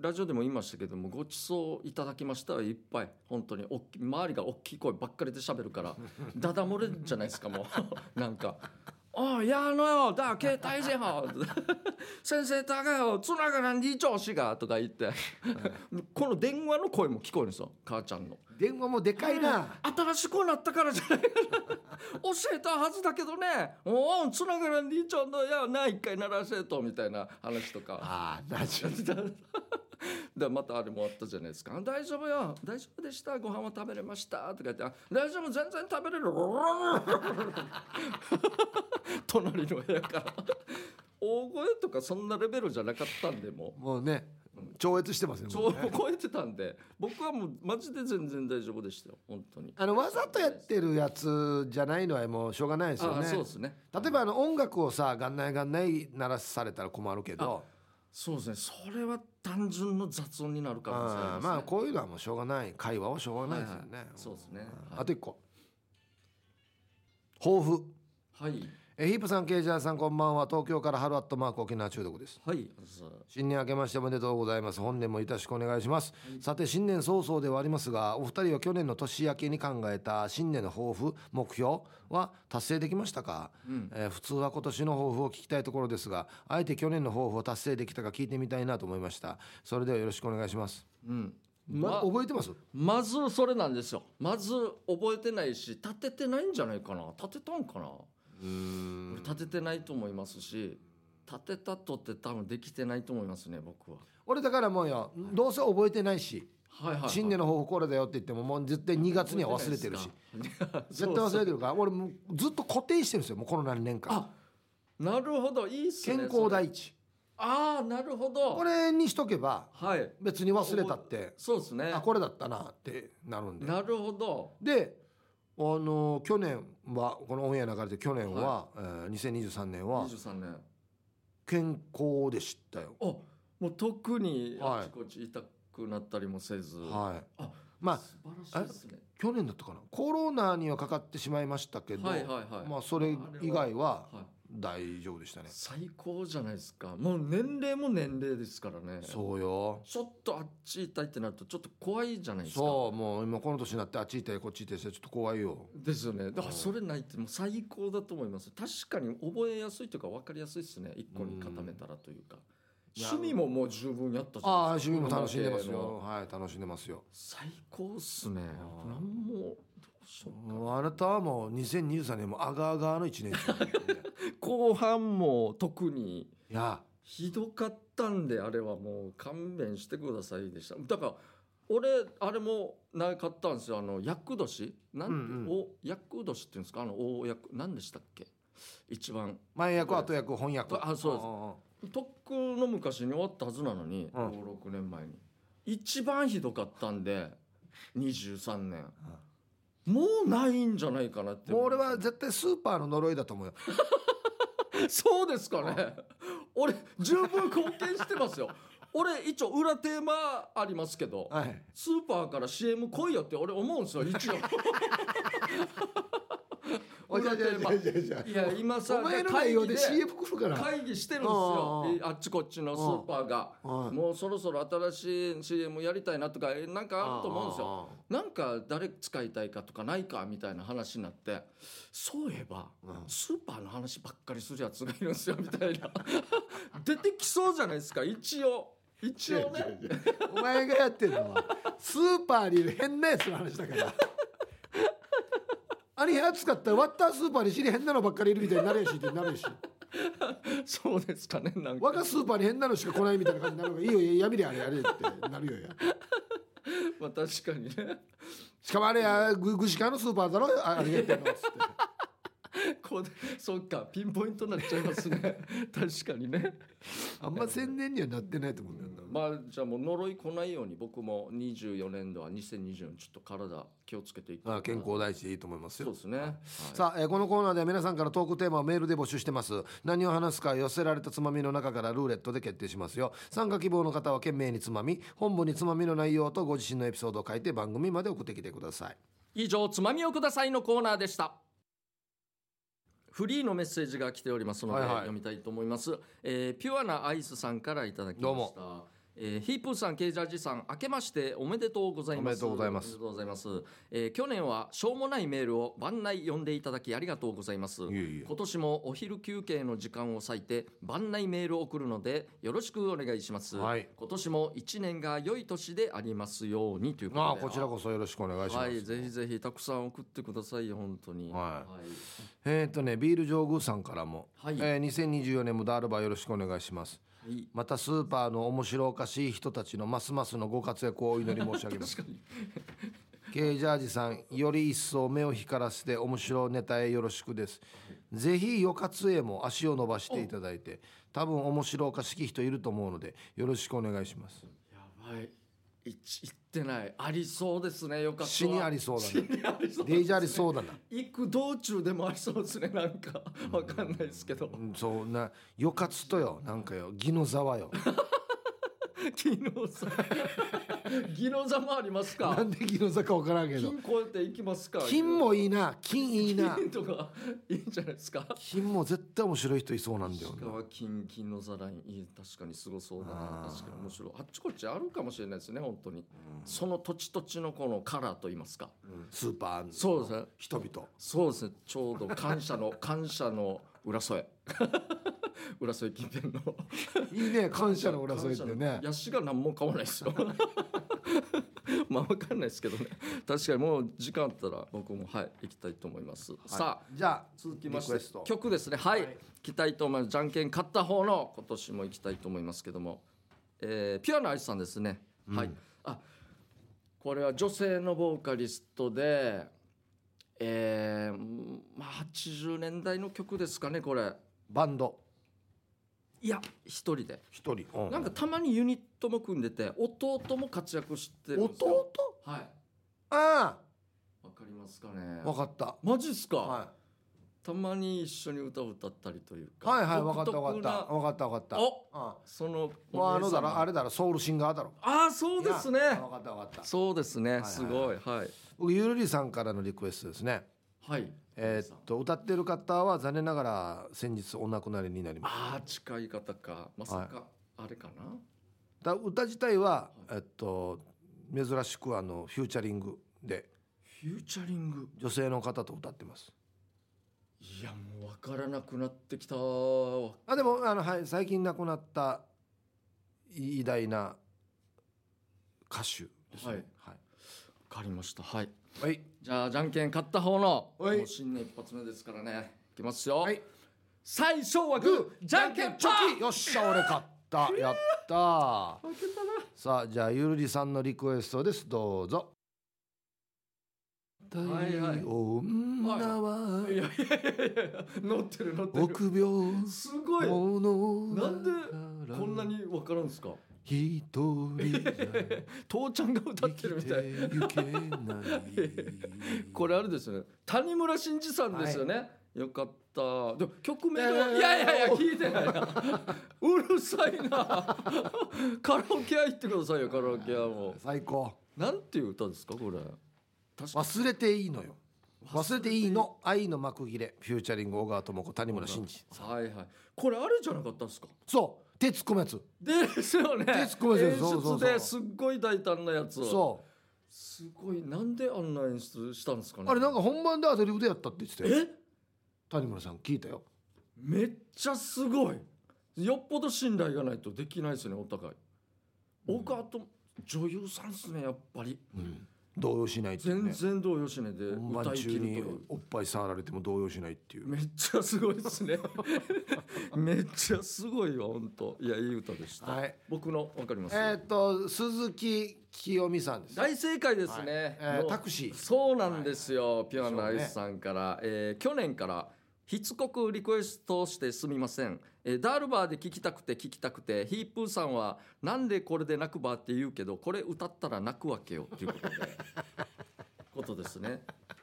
Speaker 1: ラジオでも言いましたけども、ごちそういただきましたはいっぱい、本当に、おっき、周りが大きい声ばっかりで喋るから。 ダダ漏れじゃないですか、もう、 なんか。おいやあのよだ携帯じゃん 先生だがよつながらんに調子がとか言って この電話の声も聞こえるんですよ母ちゃんの
Speaker 2: 電話もでかいな、
Speaker 1: 新しくなったからじゃないかな 教えたはずだけどねおおつながらんでいいちゃんだやな一回鳴らせとみたいな話とか
Speaker 2: ああラジオ
Speaker 1: でまたあれもあったじゃないですか「大丈夫よ大丈夫でしたご飯は食べれました」とか言ってあ「大丈夫全然食べれる」 隣の部屋から大声とかそんなレベルじゃなかったんでもう
Speaker 2: もうね超越してますねも
Speaker 1: そうう
Speaker 2: ね
Speaker 1: 超えてたんで僕はもうマジで全然大丈夫でしたよ本当に
Speaker 2: あのわざとやってるやつじゃないのはもうしょうがないですよ
Speaker 1: あ
Speaker 2: ね。
Speaker 1: そうですね
Speaker 2: 例えばあの音楽をさ「がんないがんない」鳴らされたら困るけど
Speaker 1: そうですねそれは単純の雑音になるかもしれ
Speaker 2: あ
Speaker 1: な
Speaker 2: あ
Speaker 1: い
Speaker 2: まあこういうのはもうしょうがない会話はしょうがないですよね。
Speaker 1: はいはいそうですね
Speaker 2: ん
Speaker 1: はい
Speaker 2: あと一個抱負
Speaker 1: はい
Speaker 2: えヒープさんケイジャーさんこんばんは東京からハルアットマーク沖縄中毒です。
Speaker 1: はいあざ
Speaker 2: 新年明けましておめでとうございます本年もよろしくお願いします、さて新年早々ではありますがお二人は去年の年明けに考えた新年の抱負目標は達成できましたか、えー普通は今年の抱負を聞きたいところですがあえて去年の抱負を達成できたか聞いてみたいなと思いましたそれではよろしくお願いします、
Speaker 1: うん
Speaker 2: ま
Speaker 1: ま
Speaker 2: 覚えてます
Speaker 1: まずそれなんですよまず覚えてないし立ててないんじゃないかな立てたんかな俺立ててないと思いますし立てたとって多分できてないと思いますね僕は
Speaker 2: 俺だからもうよどうせ覚えてないし
Speaker 1: はいはい、はい、
Speaker 2: 新年の抱負これだよって言ってももう絶対2月には忘れてるし絶対忘れてるから俺もうずっと固定してるんですよもうこの何年間
Speaker 1: あなるほどいいっすね
Speaker 2: 健康
Speaker 1: それ
Speaker 2: 第一
Speaker 1: ああなるほど
Speaker 2: これにしとけば
Speaker 1: はい
Speaker 2: 別に忘れたって
Speaker 1: そうですね
Speaker 2: あこれだったなってなるんで
Speaker 1: なるほど
Speaker 2: であの去年はこのオンエア流れて去年は、えー2023年は
Speaker 1: 23年
Speaker 2: 健康でしたよ
Speaker 1: あもう特に
Speaker 2: はい
Speaker 1: あちこち痛くなったりもせず、
Speaker 2: はい
Speaker 1: あ
Speaker 2: まあ
Speaker 1: 素晴らしいですね
Speaker 2: 去年だったかなコロナにはかかってしまいましたけど、
Speaker 1: はいはいはい、
Speaker 2: まあそれ以外は
Speaker 1: はい、
Speaker 2: 大丈夫でしたね
Speaker 1: 最高じゃないですかもう年齢も年齢ですからね
Speaker 2: そうよ
Speaker 1: ちょっとあっち痛いってなるとちょっと怖いじゃないですか
Speaker 2: そうもう今この年になってあっち行ったりこっち行ったりしてちょっと怖いよ
Speaker 1: ですよねだか
Speaker 2: うん
Speaker 1: らそれないってもう最高だと思います確かに覚えやすいというか分かりやすいですね一個に固めたらというか
Speaker 2: うん
Speaker 1: 趣味ももう十分やったじゃ
Speaker 2: ああ
Speaker 1: ないです
Speaker 2: 趣
Speaker 1: か
Speaker 2: 味も楽しんでます
Speaker 1: 今まで
Speaker 2: よ
Speaker 1: の
Speaker 2: はい楽しんでますよ
Speaker 1: 最高っすね
Speaker 2: あー
Speaker 1: なんもどうしようか
Speaker 2: もうあなたはもう2023年もアガアガの1年ですよ
Speaker 1: 後半も特に
Speaker 2: いや
Speaker 1: ひどかったんであれはもう勘弁してくださいでしただから俺あれもなかったんですよあの厄年なんて、
Speaker 2: うんうん
Speaker 1: お厄年っていうんですかあの大役何でしたっけ一番
Speaker 2: 前役後役翻訳
Speaker 1: あそうです
Speaker 2: で
Speaker 1: とっくの昔に終わったはずなのに、
Speaker 2: うん
Speaker 1: 56年前に一番ひどかったんで23年もうないんじゃないかなって
Speaker 2: もう俺は絶対スーパーの呪いだと思うよ
Speaker 1: そうですかね。 俺十分貢献してますよ。俺一応裏テーマありますけど、
Speaker 2: はい
Speaker 1: スーパーから CM 来いよって俺思うんですよ一応。
Speaker 2: おじゃ
Speaker 1: 裏
Speaker 2: じ
Speaker 1: テ
Speaker 2: ゃ
Speaker 1: ーマ
Speaker 2: じゃじゃ
Speaker 1: いや今さ
Speaker 2: お前の内容で
Speaker 1: 会議
Speaker 2: CF 来るから
Speaker 1: 会議してるんです
Speaker 2: あ
Speaker 1: よ
Speaker 2: あ
Speaker 1: えあっちこっちのスーパーが
Speaker 2: はい
Speaker 1: もうそろそろ新しい CM やりたいなとかえなんかあると思うんですよなんか誰使いたいかとかないかみたいな話になってそういえば
Speaker 2: うん
Speaker 1: スーパーの話ばっかりするやつがいるんですよみたいな 出てきそうじゃないですか一応一応ね
Speaker 2: 違う違う違うお前がやってるのはスーパーにいる変なやつの話 だからあれ部屋使ったらワッタースーパーに知り変なのばっかりいるみたいになるやしってなるやし
Speaker 1: そうですかねなんか、
Speaker 2: 若スーパーに変なのしか来ないみたいな感じになるからいいよいやめりゃあれあれってなるよや
Speaker 1: まあ、確かにね
Speaker 2: しかもあれやぐぐしかのスーパーだろああれやってんのっつって
Speaker 1: こうそっかピンポイントになっちゃいますね 確かにね
Speaker 2: あんま宣伝にはなってないと思うんだよな、
Speaker 1: まあじゃあもう呪い来ないように僕も24年度は2024年ちょっと体気をつけていく
Speaker 2: まあ、健康第一でいいと思いますよ
Speaker 1: そうですね、はい
Speaker 2: さあ、えーこのコーナーでは皆さんからトークテーマをメールで募集してます何を話すか寄せられたつまみの中からルーレットで決定しますよ参加希望の方は懸命につまみ本部につまみの内容とご自身のエピソードを書いて番組まで送ってきてください
Speaker 1: 以上「つまみをください」のコーナーでしたフリーのメッセージが来ておりますので、
Speaker 2: はいはい
Speaker 1: 読みたいと思います、えーピュアなアイスさんからいただきました
Speaker 2: どうも
Speaker 1: えーヒープーさん、ケイジャージさん、明けましておめでとうございます。
Speaker 2: おめでとうございます
Speaker 1: おめでとうございますえー去年はしょうもないメールを番内読んでいただきありがとうございます。
Speaker 2: えいえ
Speaker 1: 今年もお昼休憩の時間を割いて番内メールを送るのでよろしくお願いします。
Speaker 2: はい
Speaker 1: 今年も一年が良い年でありますようにということで。
Speaker 2: まあこちらこそよろしくお願いします、
Speaker 1: はい、ぜひぜひたくさん送ってくださいよ本当に。。
Speaker 2: はいえっ、とねビール上宮さんからも、
Speaker 1: はい
Speaker 2: えー2024年もダールバーよろしくお願いします
Speaker 1: はい
Speaker 2: またスーパーの面白おかしい人たちのますますのご活躍をお祈り申し上げます
Speaker 1: 確かに。
Speaker 2: K ジャージさんより一層目を光らせて面白いネタへよろしくですぜひよかつへも足を伸ばしていただいて多分面白おかしき人いると思うのでよろしくお願いします
Speaker 1: やばい。いち行ってない。ありそうですね。よかったわ。
Speaker 2: 死にありそうだね
Speaker 1: 死にありそう。
Speaker 2: デイジャーリそうだな、
Speaker 1: 行く道中でもありそうですね。なんかわかんないですけど
Speaker 2: う。ん、そうなよかつとよなんかよ義のざわよ
Speaker 1: 昨日さ、 ギノザもあります
Speaker 2: な
Speaker 1: か。
Speaker 2: んで義のざかわからんけど
Speaker 1: 金超えていきますか。
Speaker 2: 金もいいな金いいな
Speaker 1: 金とかいいんじゃないですか。
Speaker 2: 金も絶対面白い人いそうなんだよ
Speaker 1: 石
Speaker 2: な
Speaker 1: 川金金のザラインいい確かにすごそうだ
Speaker 2: あ
Speaker 1: な
Speaker 2: ー
Speaker 1: 確かに面白いあっちこっちあるかもしれないですね本当に、その土地土地のこのカラーと言いますか
Speaker 2: スーパーの
Speaker 1: そうですね
Speaker 2: 人々
Speaker 1: そうですねちょうど感謝の 感謝の裏添え 裏添え近辺の
Speaker 2: いいね感謝の裏添えって
Speaker 1: 感謝
Speaker 2: ね
Speaker 1: のヤシが何も買わないですよ まあわかんないですけどね確かにもう時間あったら僕もはい行きたいと思います、さあ
Speaker 2: じゃあ
Speaker 1: 続きまし
Speaker 2: リクエスト
Speaker 1: て曲ですねはい、行きたいと思いますじゃんけん勝った方の今年も行きたいと思いますけども、えーピュアなアイスさんですね、はいあこれは女性のボーカリストでえーまあ80年代の曲ですかねこれ
Speaker 2: バンド
Speaker 1: いや一人で
Speaker 2: 一人、う
Speaker 1: なんかたまにユニットも組んでて弟も活躍してるんですよ
Speaker 2: 弟
Speaker 1: はい
Speaker 2: あ
Speaker 1: わかりますかね
Speaker 2: あ分かった
Speaker 1: マジっすか、
Speaker 2: は
Speaker 1: たまに一緒に歌を歌ったりというか
Speaker 2: はいはい分かった分
Speaker 1: 独特な
Speaker 2: かった分かった分かった
Speaker 1: お
Speaker 2: あ
Speaker 1: その
Speaker 2: あまあ
Speaker 1: お
Speaker 2: あ
Speaker 1: 姉
Speaker 2: の
Speaker 1: 様
Speaker 2: だろあれだろソウルシンガーだろ
Speaker 1: ああそうですね
Speaker 2: いや分かった分かった
Speaker 1: そうですね、
Speaker 2: いはい
Speaker 1: すごいはい
Speaker 2: 僕ゆるりさんからのリクエストですね
Speaker 1: はい
Speaker 2: えーっと歌ってる方は残念ながら先日お亡くなりになりまし
Speaker 1: ああ近い方かまさかあれかな、
Speaker 2: ただ歌自体はえっと珍しくあのフューチャリングで
Speaker 1: フューチャリング
Speaker 2: 女性の方と歌ってます
Speaker 1: いやもう分からなくなってきたわ
Speaker 2: あでもあの、はい、最近亡くなった偉大な歌手ですね
Speaker 1: かりましたはい
Speaker 2: はい、はい
Speaker 1: じゃあじゃんけん勝った方の
Speaker 2: はい
Speaker 1: もう新年一発目ですからねいきますよ、
Speaker 2: はい
Speaker 1: 最初はグーじゃんけん
Speaker 2: チ
Speaker 1: パ
Speaker 2: ョキ
Speaker 1: ー
Speaker 2: よっしゃ俺 勝ったやったさあじゃあゆるりさんのリクエストですどうぞ
Speaker 1: はいはい
Speaker 2: 「太陽女は
Speaker 1: やいやい
Speaker 2: い
Speaker 1: やいや乗ってる乗ってる
Speaker 2: 臆病
Speaker 1: すごい
Speaker 2: 者
Speaker 1: なんでこんなに分からんですか
Speaker 2: 一人じゃ
Speaker 1: 父ちゃんが歌
Speaker 2: 生
Speaker 1: っ
Speaker 2: き
Speaker 1: て
Speaker 2: て
Speaker 1: るみたい
Speaker 2: ゆけない
Speaker 1: これあれですよね谷村新司さんですよね、よかったでも曲名が
Speaker 2: い
Speaker 1: いや
Speaker 2: やい
Speaker 1: い
Speaker 2: や
Speaker 1: や
Speaker 2: いや
Speaker 1: いや聞いてないなうるさいなカラオケ屋行ってくださいよカラオケ屋も
Speaker 2: 最高
Speaker 1: なんていう歌ですかこれ確か
Speaker 2: 忘れていいのよ忘れていいの愛の幕切れフューチャリング小川智子谷村新司
Speaker 1: はいはいこれあるじゃなかったですか
Speaker 2: そう手突っ込むやつ
Speaker 1: ですよね
Speaker 2: ですごいです
Speaker 1: 演
Speaker 2: そうそう
Speaker 1: 出
Speaker 2: そう
Speaker 1: ですっごい大胆なやつを
Speaker 2: そ
Speaker 1: すごいなんであんな演出したんですか
Speaker 2: う
Speaker 1: ね
Speaker 2: あれなんか本番でアドリブでやったって言ってたよ
Speaker 1: え
Speaker 2: 谷村さん聞いたよ
Speaker 1: めっちゃすごいよっぽど信頼がないとできないですねお互い
Speaker 2: うん
Speaker 1: 僕あと女優さんっすねやっぱり
Speaker 2: うん動揺しないっていう
Speaker 1: 全
Speaker 2: ね
Speaker 1: 然動揺しねで
Speaker 2: 本
Speaker 1: 歌
Speaker 2: 番
Speaker 1: い
Speaker 2: 中
Speaker 1: 切るとい
Speaker 2: に
Speaker 1: う
Speaker 2: おっぱい触られても動揺しないっていう
Speaker 1: めっちゃすごいです ねめっちゃすごいわ本当いやいい歌でした、
Speaker 2: はい
Speaker 1: 僕のわかりま
Speaker 2: え
Speaker 1: す、
Speaker 2: ーっと鈴木清美さんです
Speaker 1: 大正解ですね、
Speaker 2: はいえー
Speaker 1: もう
Speaker 2: タクシー
Speaker 1: そうなんですよ、ピュアなア
Speaker 2: そう
Speaker 1: イ
Speaker 2: ね
Speaker 1: スさんから、えー去年からしつこくリクエストしてすみません、えーダールバーで聞きたくて聞きたくてヒープーさんはなんでこれで泣くばって言うけどこれ歌ったら泣くわけよっていうこと でことですね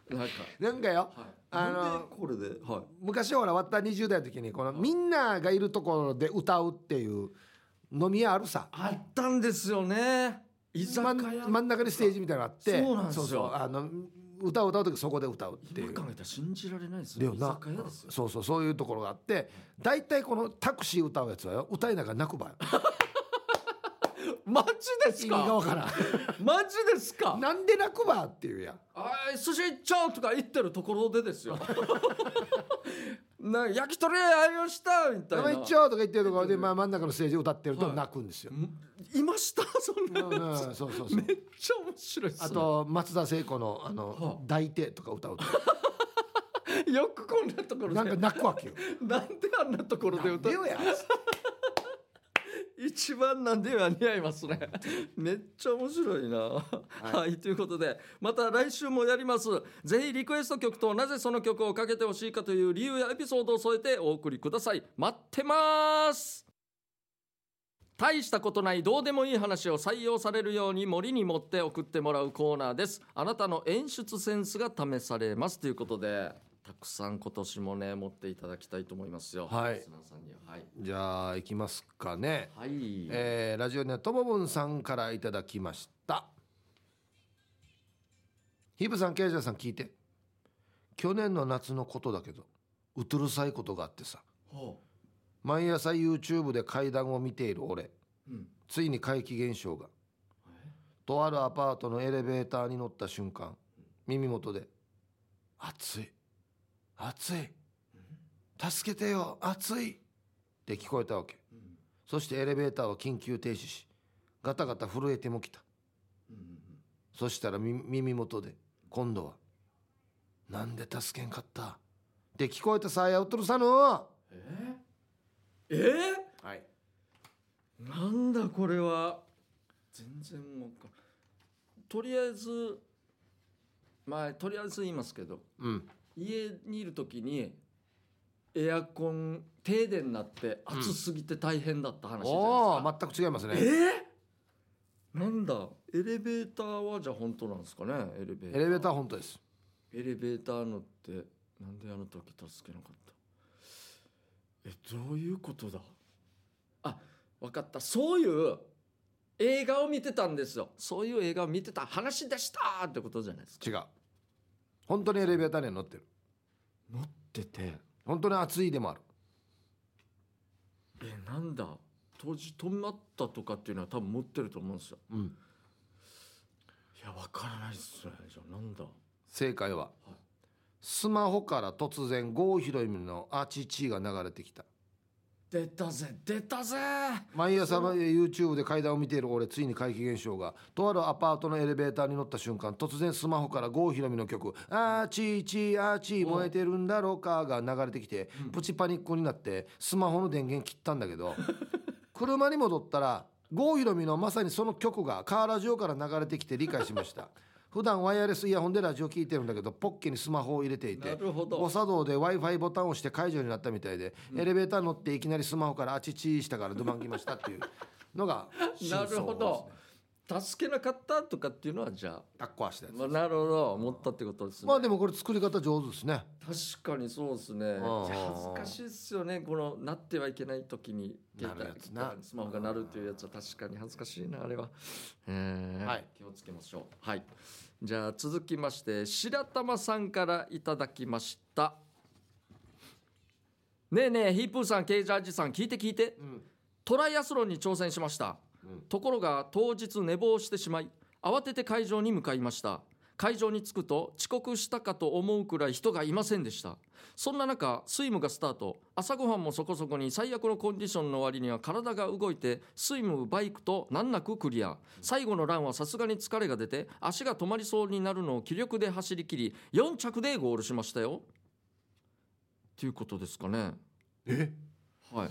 Speaker 1: なんか、
Speaker 2: なんかよ
Speaker 1: はい、
Speaker 2: あの
Speaker 1: なんでこれではい
Speaker 2: 昔ほら割った20代の時にこのみんながいるところで歌うっていう飲み屋あるさ
Speaker 1: あったんですよね居酒
Speaker 2: 真
Speaker 1: 屋
Speaker 2: ん真ん中にステージみたいなのがあって
Speaker 1: そうなんですよ
Speaker 2: そうそうあの歌を歌う時そこで歌うっていう
Speaker 1: 今考えたら信じられないです
Speaker 2: だ
Speaker 1: よ
Speaker 2: よ
Speaker 1: 居
Speaker 2: な
Speaker 1: 酒屋 ですよ
Speaker 2: そうそうそういうところがあって大体このタクシー歌うやつはよ歌いながら泣くばよ
Speaker 1: マジです
Speaker 2: 意味が
Speaker 1: か
Speaker 2: わから
Speaker 1: マジですか
Speaker 2: んなんで泣くばっていうやん
Speaker 1: あい寿司行っちゃうとか言ってるところでですよな焼き鳥屋やりましたみたい
Speaker 2: 生
Speaker 1: な
Speaker 2: 一丁とか言ってるところで、まあ、真ん中のステージで歌ってると泣くんですよ、
Speaker 1: いましたそんな
Speaker 2: うんうん
Speaker 1: や
Speaker 2: そうそうそう
Speaker 1: つ めっちゃ面白いっす、ね、
Speaker 2: あと松田聖子の「あ
Speaker 1: は
Speaker 2: の
Speaker 1: あ
Speaker 2: 抱いて」とか 歌うと
Speaker 1: よくこんなところでな
Speaker 2: な
Speaker 1: んん
Speaker 2: か泣くわけよ
Speaker 1: であんなところで
Speaker 2: なん
Speaker 1: 歌
Speaker 2: で
Speaker 1: う
Speaker 2: よや
Speaker 1: 一番なんでは似合います ねめっちゃ面白いなはい、ということでまた来週もやりますぜひリクエスト曲となぜその曲をかけてほしいかという理由やエピソードを添えてお送りください待ってます大したことないどうでもいい話を採用されるように森に持って送ってもらうコーナーですあなたの演出センスが試されますということでたくさん今年もね持っていただきたいと思いますよ
Speaker 2: はい
Speaker 1: リスナーさんにははい
Speaker 2: じゃあ行きますかね、
Speaker 1: はい、
Speaker 2: えーラジオネームともぶんさんからいただきましたヒブさんケイジャーさん聞いて去年の夏のことだけどうつるさいことがあってさ
Speaker 1: ほ
Speaker 2: 毎朝 YouTube で階段を見ている俺
Speaker 1: ううん
Speaker 2: ついに怪奇現象が
Speaker 1: え
Speaker 2: とあるアパートのエレベーターに乗った瞬間耳元で「暑い暑い助けてよ暑い」って聞こえたわけ
Speaker 1: うん
Speaker 2: そしてエレベーターは緊急停止しガタガタ震えてもきた
Speaker 1: うん
Speaker 2: そしたらみ耳元で今度は「なんで助けんかった?」って聞こえたさやうっとるさの
Speaker 1: えー、え
Speaker 2: はい
Speaker 1: ー、なんだこれは全然わかんとりあえずまあとりあえず言いますけど
Speaker 2: うん
Speaker 1: 家にいる時にエアコン停電になって暑すぎて大変だった話じゃ
Speaker 2: お
Speaker 1: な
Speaker 2: お全く違います
Speaker 1: いですか、
Speaker 2: ね
Speaker 1: えーなんだエレベーターはじゃあ本当なんですかねエレベーター
Speaker 2: エレベーター本当です
Speaker 1: エレベーター乗ってなんであの時助けなかったえどういうことだあ分かったそういう映画を見てたんですよそういう映画を見てた話でしたってことじゃないですか
Speaker 2: 違う本当にエレベーターには乗ってる
Speaker 1: 乗ってて
Speaker 2: 本当に暑いでもある
Speaker 1: えなんだ当時止まったとかっていうのは多分持ってると思うんですよ
Speaker 2: うん
Speaker 1: いや分からないっすねじゃあなんだ
Speaker 2: 正解は、
Speaker 1: い
Speaker 2: スマホから突然郷ひろみの「あちち」が流れてきた
Speaker 1: 出たぜ出たぜ
Speaker 2: 毎朝 YouTube で階段を見ている俺ついに怪奇現象がとあるアパートのエレベーターに乗った瞬間突然スマホから郷ひろみの曲「あーちーちーあーちー
Speaker 1: おう
Speaker 2: 燃えてるんだろうか」が流れてきてプチパニックになってスマホの電源切ったんだけど車に戻ったら郷ひろみのまさにその曲がカーラジオから流れてきて理解しました。普段ワイヤレスイヤホンでラジオ聞いてるんだけどポッケにスマホを入れてい
Speaker 1: な
Speaker 2: て
Speaker 1: るほど
Speaker 2: 誤作動で w i f i ボタンを押して解除になったみたいで、エレベーター乗っていきなりスマホからあちちーしたからドバンきましたっていうの が真
Speaker 1: な
Speaker 2: 相です、ね、
Speaker 1: るほど助けなかったとかっていうのはじゃあ、
Speaker 2: 抱っこはしたやつ
Speaker 1: まあ、なるほど思ったってことですね、
Speaker 2: まあでもこれ作り方上手ですね
Speaker 1: 確かにそうですねいや
Speaker 2: ああ
Speaker 1: 恥ずかしいですよねこのなってはいけない時に
Speaker 2: なるやつな
Speaker 1: スマホが鳴るというやつは確かに恥ずかしいなあれは、えー
Speaker 2: はい
Speaker 1: 気をつけましょうはいじゃあ続きまして白玉さんからいただきましたねえねえヒープーさんケイジャージさん聞いて聞いて
Speaker 2: うん
Speaker 1: トライアスロンに挑戦しました、
Speaker 2: うん
Speaker 1: ところが当日寝坊してしまい慌てて会場に向かいました会場に着くと遅刻したかと思うくらい人がいませんでしたそんな中スイムがスタート朝ごはんもそこそこに最悪のコンディションの割には体が動いてスイムバイクと難なくクリア最後のランはさすがに疲れが出て足が止まりそうになるのを気力で走り切り4着でゴールしましたよということですかね
Speaker 2: え
Speaker 1: はい、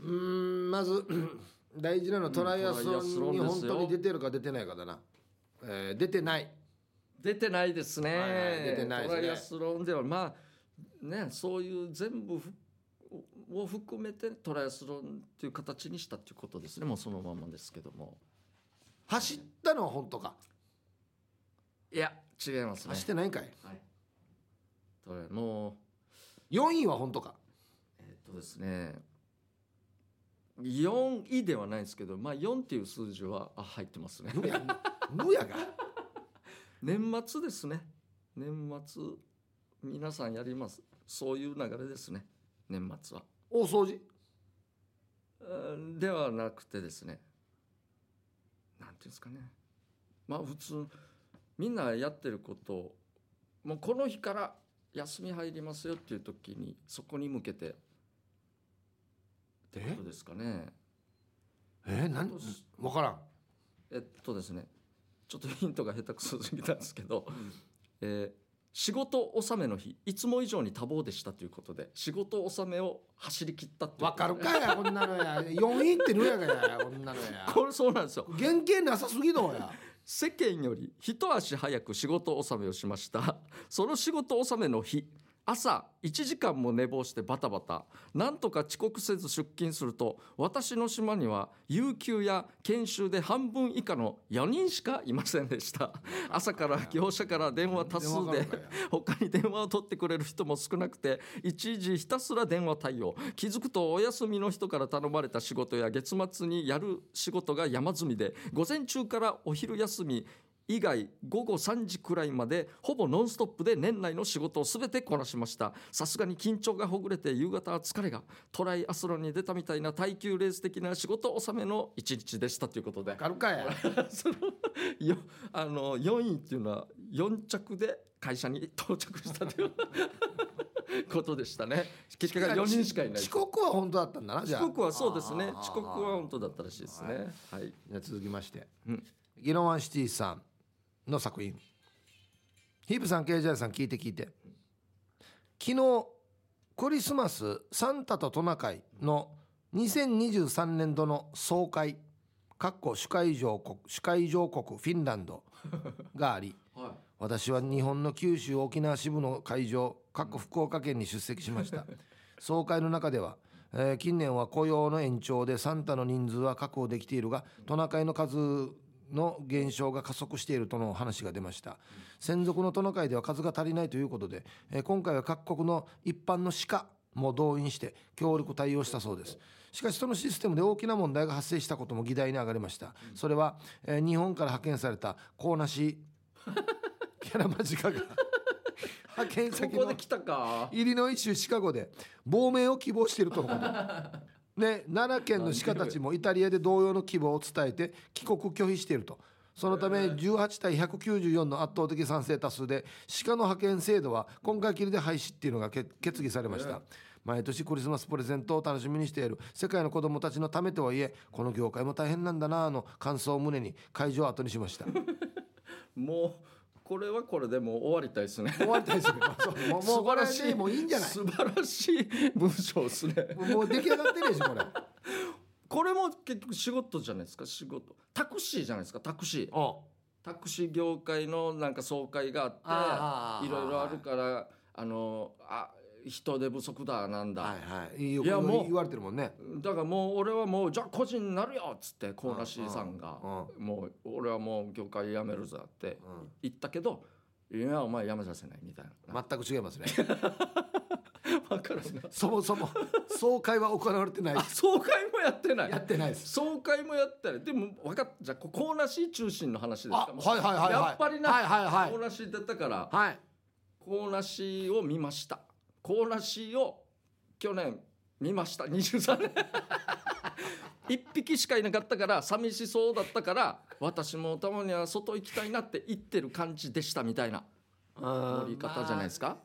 Speaker 2: うーんまず 大事なのはトライアス
Speaker 1: うんトライ
Speaker 2: ロンに
Speaker 1: アスロン
Speaker 2: 本
Speaker 1: ですよ
Speaker 2: 当に出てるか出てないかだな、えー出てない
Speaker 1: 出てないですね。
Speaker 2: はいはい出てないですね
Speaker 1: トライアスロンではまあねそういう全部ふを含めてトライアスロンという形にしたということですね。もうそのままですけども。
Speaker 2: 走ったのは本当か
Speaker 1: いや違いますね
Speaker 2: 走っ。てないんかい
Speaker 1: はい。トライもう
Speaker 2: 4位は本当か
Speaker 1: えっとですね。4位ではないですけど、まあ4っていう数字はあ入ってますね。
Speaker 2: ぬやぬやが
Speaker 1: 年末ですね。年末皆さんやります。そういう流れですね。年末は。
Speaker 2: 大掃除
Speaker 1: うんではなくてですねなんていうんですかねまあ普通みんなやってることをもうこの日から休み入りますよっていう時にそこに向けてって
Speaker 2: え
Speaker 1: ことですかね
Speaker 2: えー、なん分からん
Speaker 1: えっとですねちょっとヒントが下手くそすぎたんですけど、えー仕事納めの日いつも以上に多忙でしたということで仕事納めを走り切ったっていう
Speaker 2: わ
Speaker 1: こと
Speaker 2: か
Speaker 1: で
Speaker 2: るかやこんなのや4位ってぬやがやこんなのや
Speaker 1: これそうなんですよ
Speaker 2: 原型なさすぎのや
Speaker 1: 世間より一足早く仕事納めをしました その仕事納めの日朝1時間も寝坊してバタバタなんとか遅刻せず出勤すると私の島には有給や研修で半分以下の4人しかいませんでした朝から業者から電話多数で他に電話を取ってくれる人も少なくて一時ひたすら電話対応気づくとお休みの人から頼まれた仕事や月末にやる仕事が山積みで午前中からお昼休み以外午後3時くらいまでほぼノンストップで年内の仕事を全てこなしましたさすがに緊張がほぐれて夕方は疲れがトライアスロンに出たみたいな耐久レース的な仕事納めの一日でしたということで
Speaker 2: わかる かや
Speaker 1: そのよあの4位っていうのは4着で会社に到着したという ことでしたね結果が4人しかいない
Speaker 2: 遅刻は本当だったんだなじゃあ
Speaker 1: 遅刻はそうです
Speaker 2: あ
Speaker 1: ね
Speaker 2: ー
Speaker 1: 遅刻は本当だったらしいですねはい
Speaker 2: じゃあ続きまして、
Speaker 1: うん
Speaker 2: ギロワンシティさんの作品ヒープさんケイジャーさん聞いて聞いて昨日クリスマスサンタとトナカイの2023年度の総会かっこ主会場国主会場国フィンランドがあり
Speaker 1: は
Speaker 2: 私は日本の九州沖縄支部の会場かっこ福岡県に出席しました総会の中では、えー近年は雇用の延長でサンタの人数は確保できているがトナカイの数の減少が加速しているとの話が出ました専属のトナカイでは数が足りないということで、えー今回は各国の一般の歯科も動員して協力対応したそうですしかしそのシステムで大きな問題が発生したことも議題に上がりましたそれは、えー日本から派遣されたコーナシキャラマジカが派遣
Speaker 1: こ
Speaker 2: 先
Speaker 1: こ
Speaker 2: の
Speaker 1: で来たか
Speaker 2: イリノイ州シカゴで亡命を希望しているとのこと。ね、奈良県の鹿たちもイタリアで同様の希望を伝えて帰国拒否していると。そのため18対194の圧倒的賛成多数で鹿の派遣制度は今回きりで廃止っていうのが決決議されました毎年クリスマスプレゼントを楽しみにしている世界の子どもたちのためとはいえこの業界も大変なんだなあの感想を胸に会場を後にしました
Speaker 1: もうこれはこれでもう終わりたいですね
Speaker 2: 終わりたいですけどもうもうこれでもういいんじゃない
Speaker 1: 素晴らしい文章ですね
Speaker 2: もう出来上がってるでしょこれ。
Speaker 1: これも結局仕事じゃないですか仕事タクシーじゃないですかタクシータクシー業界のなんか総会があ
Speaker 2: あ
Speaker 1: っ
Speaker 2: ー
Speaker 1: ていろいろあるからあのあ人手不足だなんだ、
Speaker 2: はいはい。いいよ。
Speaker 1: いや
Speaker 2: これ
Speaker 1: もう
Speaker 2: 言われてるもんね。
Speaker 1: だからもう俺はもうじゃあ個人になるよっつってコーナシーさんが
Speaker 2: うん
Speaker 1: もう俺はもう業界辞めるぞって
Speaker 2: う
Speaker 1: 言ったけどいやお前辞めさせないみたいな、
Speaker 2: ん。全く違いますね。
Speaker 1: 分かるな
Speaker 2: そもそも総会は行われてな い
Speaker 1: あ。総会もやってない
Speaker 2: やってないです。
Speaker 1: 総会もやったりでも分かったじゃあこコーナシー中心の話です
Speaker 2: あ、
Speaker 1: かもう
Speaker 2: はいはいはいはい。
Speaker 1: やっぱりな
Speaker 2: はいはい
Speaker 1: コー
Speaker 2: は
Speaker 1: ナシーだったから
Speaker 2: い。はい。
Speaker 1: コーナシーを見ましたコーナシーを去年見ました23年 一匹しかいなかったから寂しそうだったから私もたまには外行きたいなって言ってる感じでしたみたいな乗り方じゃないです
Speaker 2: か。
Speaker 1: か、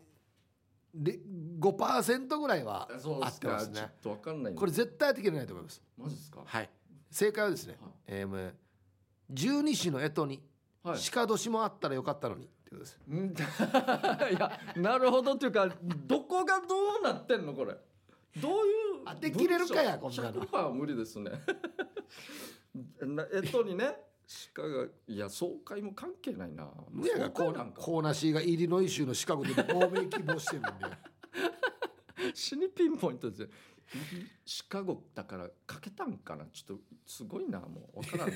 Speaker 2: で、五パーセントぐらいは
Speaker 1: そう
Speaker 2: 合
Speaker 1: で
Speaker 2: っ
Speaker 1: す
Speaker 2: て
Speaker 1: か、
Speaker 2: ます
Speaker 1: ちょっ
Speaker 2: ね。
Speaker 1: とわかんない
Speaker 2: こ
Speaker 1: れ
Speaker 2: れ絶対的でないと思います。
Speaker 1: マジですか
Speaker 2: はい。正解はですね
Speaker 1: はい。
Speaker 2: えーもう十二支の干支に
Speaker 1: はい
Speaker 2: 鹿年もあったらよかったのにってことです。
Speaker 1: うんいやなるほどっていうかどこがどうなってんのこれどういう
Speaker 2: 当て切れるかや
Speaker 1: 文章
Speaker 2: こんなの
Speaker 1: 100%は無理ですねな えっとにね鹿がいや総会も関係ないな
Speaker 2: 無やが
Speaker 1: 総
Speaker 2: こ
Speaker 1: 会なん
Speaker 2: う
Speaker 1: か
Speaker 2: コーナシーがイリノイ州のシカゴで亡命希望してるん で。
Speaker 1: 死にピンポイントですよシカゴだからかけたんかなちょっとすごいなもうわからん な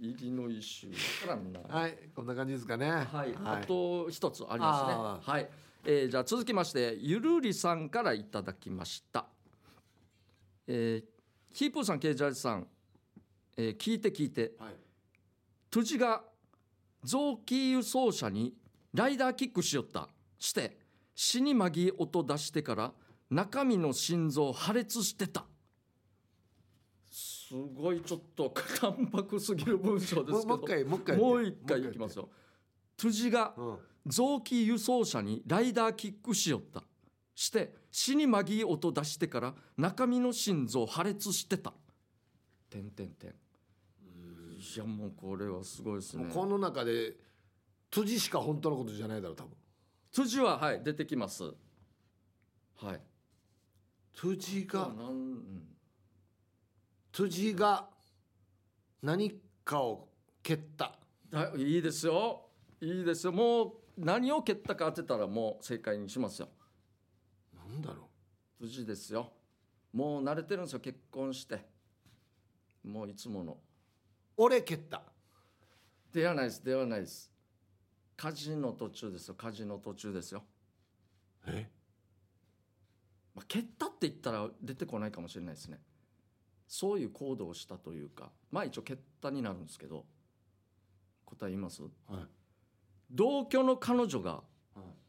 Speaker 1: イリノイ州わからんな
Speaker 2: はい、こんな感じですかね。
Speaker 1: はい、あと一つあります
Speaker 2: あ
Speaker 1: ね。はい、えーじゃあ続きましてゆるりさんからいただきました。えー、キープーさん、ケイジャージさん、えー聞いて聞いて、
Speaker 2: はい
Speaker 1: トゥジが臓器輸送車にライダーキックしよった。して死にまぎ音出してから中身の心臓破裂してた。すごいちょっと淡白すぎる文章ですけど。
Speaker 2: もうもう一回、もう一回。
Speaker 1: もう一回いきます
Speaker 2: よ。
Speaker 1: よ。トゥジが
Speaker 2: うん。
Speaker 1: 臓器輸送車にライダーキックしよった。して死にまぎい音出してから中身の心臓破裂してた。てんてんてん。いやもうこれはすごいです
Speaker 2: も
Speaker 1: ね
Speaker 2: う。この中で、辻しか本当のことじゃないだろう、多分。
Speaker 1: 辻ははい出てきます。はい。
Speaker 2: 辻
Speaker 1: な
Speaker 2: が、
Speaker 1: んうん
Speaker 2: 辻が、何かを蹴った。
Speaker 1: だいいですよ。いいですよ。もう何を蹴ったか当てたらもう正解にしますよ。
Speaker 2: なんだろ
Speaker 1: 辻ですよ。もう慣れてるんですよ結婚して。もういつもの。
Speaker 2: う。俺蹴った。
Speaker 1: ではないですではないです家事の途中ですよ家事の途中ですよ、
Speaker 2: え
Speaker 1: まあ、蹴ったって言ったら出てこないかもしれないですねそういう行動をしたというかまあ一応蹴ったになるんですけど答え言います
Speaker 2: はい。
Speaker 1: 同居の彼女が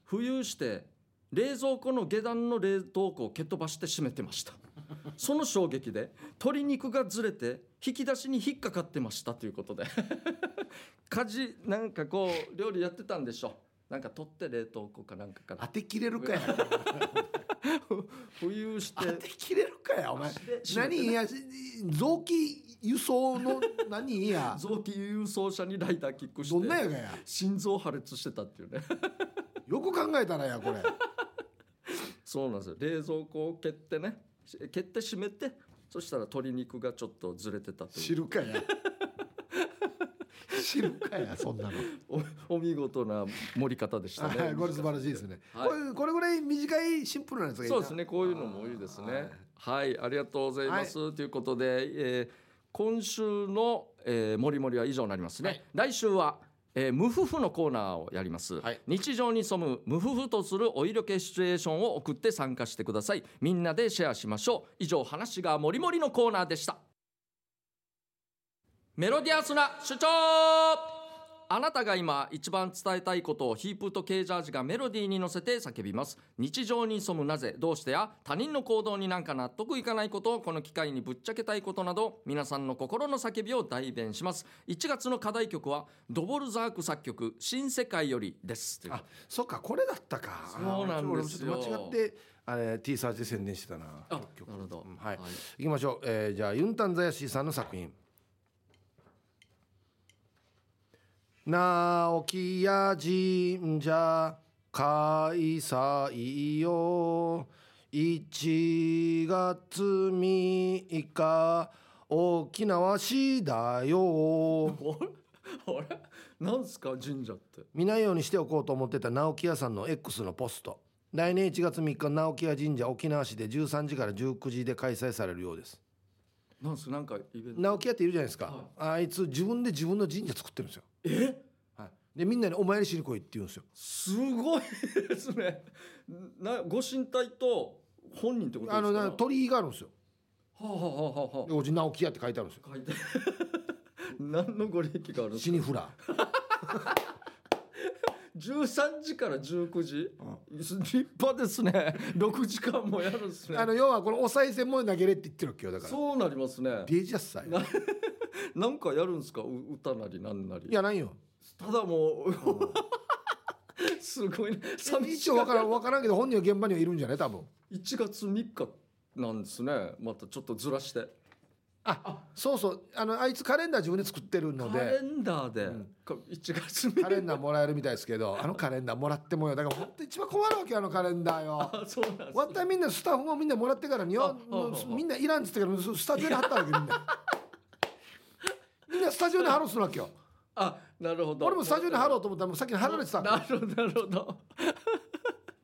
Speaker 1: 浮遊して冷蔵庫の下段の冷凍庫を蹴飛ばして閉めてましたその衝撃で鶏肉がずれて引き出しに引っかかってましたということで家事なんかこう料理やってたんでしょなんか取って冷凍庫かなんかか
Speaker 2: 当
Speaker 1: ら
Speaker 2: て切れるかや。
Speaker 1: 浮遊して
Speaker 2: 当て切れるかや、お前。
Speaker 1: して
Speaker 2: 何や、臓器輸送の何や。
Speaker 1: 臓器輸送車にライダーキック
Speaker 2: どんな
Speaker 1: して
Speaker 2: やがや。
Speaker 1: 心臓破裂してたっていうね
Speaker 2: よく考えたらや、これ。
Speaker 1: そうなんですよ冷蔵庫を蹴ってね蹴って閉めてそしたら鶏肉がちょっとずれてたという
Speaker 2: 知るか や。知るかや、そんなの。
Speaker 1: おお 見事な盛り方でした
Speaker 2: は
Speaker 1: ね
Speaker 2: い、。これ素晴らしいですね。
Speaker 1: はい
Speaker 2: これこれぐらい短いシンプルなやつがいいな。
Speaker 1: そうですね。こういうのもいいですね。はい、ありがとうございます。ということで、えー今週の、えー、もりもりは以上になりますね、
Speaker 2: はい
Speaker 1: 来週は、えー無夫婦のコーナーをやります、
Speaker 2: はい
Speaker 1: 日常に潜む無夫婦とするお色気シチュエーションを送って参加してくださいみんなでシェアしましょう以上話がもりもりのコーナーでしたメロディアスな主張あなたが今一番伝えたいことをヒープとケージャージがメロディーに乗せて叫びます日常に潜むなぜどうしてや他人の行動になんか納得いかないことをこの機会にぶっちゃけたいことなど皆さんの心の叫びを代弁します1月の課題曲はドボルザーク作曲「新世界より」ですという
Speaker 2: あそっかこれだったか
Speaker 1: そうなんですよ
Speaker 2: あーちょっと俺もちょっと間違ってあれ T サーチで宣伝してたな
Speaker 1: あ
Speaker 2: 曲
Speaker 1: なるほど
Speaker 2: うんはい、
Speaker 1: はい
Speaker 2: 行きましょう、えーじゃあユンタンザヤシーさんの作品「直木屋神社開催よ1月3日沖縄市だよ」
Speaker 1: あれなんすか神社って
Speaker 2: 見ないようにしておこうと思ってた直木屋さんの X のポスト来年1月3日直木屋神社沖縄市で13時から19時で開催されるようです
Speaker 1: なんすかなんかイベント
Speaker 2: 直木屋っているじゃないですか、あいつ自分で自分の神社作ってるんですよ
Speaker 1: え
Speaker 2: はい、でみんなに「お参りしに来い」って言うんですよ
Speaker 1: すごいですねなご神体と本人ってことですか
Speaker 2: あのな鳥居があるんですよ
Speaker 1: はあ、はあはあは
Speaker 2: でおじ直木屋って書いてあるんですよ
Speaker 1: あ、書いて何のご利益があるんです
Speaker 2: 死
Speaker 1: か
Speaker 2: にフラ
Speaker 1: 13時から19時、立派ですね6時間もやるんですね
Speaker 2: あの要はこのお賽銭も投げれって言ってるわけよだから
Speaker 1: そうなりますね
Speaker 2: デージャス祭い
Speaker 1: なんかやるんですかう歌なりなんなり
Speaker 2: やないよ
Speaker 1: ただもう すごいね寂し
Speaker 2: 一
Speaker 1: い
Speaker 2: 応わからんわからんけど本人は現場にはいるんじゃない多分
Speaker 1: 1月3日なんですねまたちょっとずらして
Speaker 2: あそうそうあのあいつカレンダー自分で作ってるの
Speaker 1: カレ
Speaker 2: で
Speaker 1: ンダーで、か1月3
Speaker 2: カレンダーもらえるみたいですけどあのカレンダーもらってもよだから本当一番困るわけよあのカレンダーよ
Speaker 1: あそうなんです
Speaker 2: わったみんなスタッフもみんなもらってからには
Speaker 1: あああ
Speaker 2: みんないらんっつってからスタジオに貼ったわけみんなみんなスタジオに貼ろうとするわけよ
Speaker 1: あなるほど
Speaker 2: 俺もスタジオに貼ろうと思ったらもう先に貼られてたわ
Speaker 1: なるほどなるほど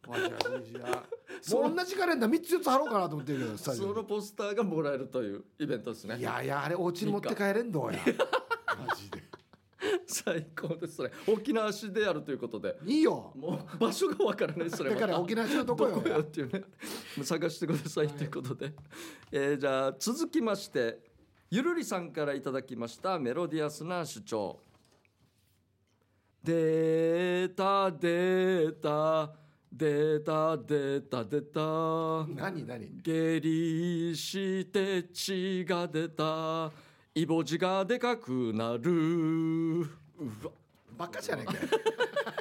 Speaker 2: けわしゃわしゃもう同じカレンダー3つ4つ貼ろうかなと思ってるけどスタジ
Speaker 1: そ
Speaker 2: オ
Speaker 1: のポスターがもらえるというイベントですね
Speaker 2: にいやいやあれお家に持って帰れんどうやマジで
Speaker 1: 最高ですね沖縄市でやるということで
Speaker 2: いいよ
Speaker 1: もう場所がわからないですね
Speaker 2: だから
Speaker 1: また
Speaker 2: 沖縄市のとこ
Speaker 1: ど
Speaker 2: よ
Speaker 1: こよっていう ねもう探してくださいということで、えーじゃあ続きましてゆるりさんからいただきましたメロディアスな主張データデータデータデータデータ
Speaker 2: 何何
Speaker 1: 下痢して血が出たイボジがでかくなるうわ
Speaker 2: バカじゃねえか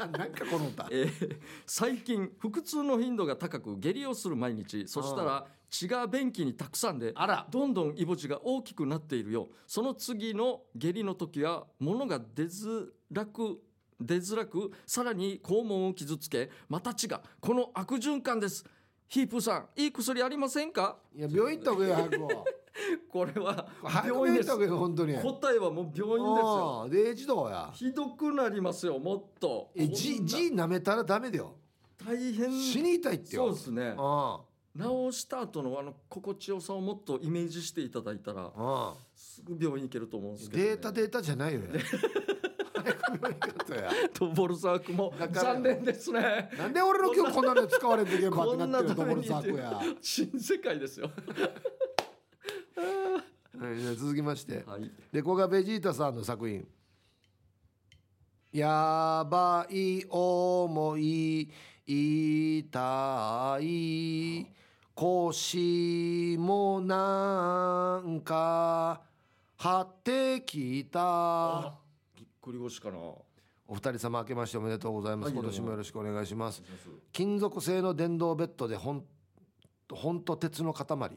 Speaker 2: よ なんかこの歌
Speaker 1: えー最近腹痛の頻度が高く下痢をする毎日そしたら血が便器にたくさんで
Speaker 2: あら
Speaker 1: どんどんイボジが大きくなっているよその次の下痢の時は物が出づらく出づらくさらに肛門を傷つけまた血がこの悪循環ですヒープさんいい薬ありませんか
Speaker 2: いや病院行った方がいいよ早くも
Speaker 1: これは
Speaker 2: 早
Speaker 1: 病院
Speaker 2: く病院行
Speaker 1: で
Speaker 2: っ
Speaker 1: す
Speaker 2: た方がいいよ本当に
Speaker 1: 答えはもう病院ですよ
Speaker 2: うんで児童や
Speaker 1: ひどくなりますよもっと
Speaker 2: えじ
Speaker 1: こんな
Speaker 2: じ舐めたらダメだよ
Speaker 1: 大変
Speaker 2: 死に痛いって
Speaker 1: そう
Speaker 2: よ
Speaker 1: ですね
Speaker 2: あ
Speaker 1: 治した後のあの心地よさをもっとイメージしていただいたら
Speaker 2: あああ
Speaker 1: すぐ病院行けると思うんですけど、ね、
Speaker 2: データデータじゃないよや早く病院行かんとや
Speaker 1: とボルサークも
Speaker 2: だから
Speaker 1: 残念ですね
Speaker 2: なんで俺の今日こんなの使われんと現場っ
Speaker 1: こ
Speaker 2: て
Speaker 1: ん
Speaker 2: な
Speaker 1: な
Speaker 2: ってると
Speaker 1: た
Speaker 2: こ
Speaker 1: め
Speaker 2: ろ
Speaker 1: に
Speaker 2: さこや
Speaker 1: 新世界ですよ
Speaker 2: はいじゃあ続きまして
Speaker 1: はい
Speaker 2: でここがベジータさんの作品「やばい思い痛い腰もなんか張ってきた」
Speaker 1: ぎっくり腰かなお
Speaker 2: お二人様明けましておめでとうございま
Speaker 1: は
Speaker 2: す。
Speaker 1: い
Speaker 2: 今年もよろしくお願いします
Speaker 1: 願い。します
Speaker 2: 金属製の電動ベッドでほんほんと鉄の塊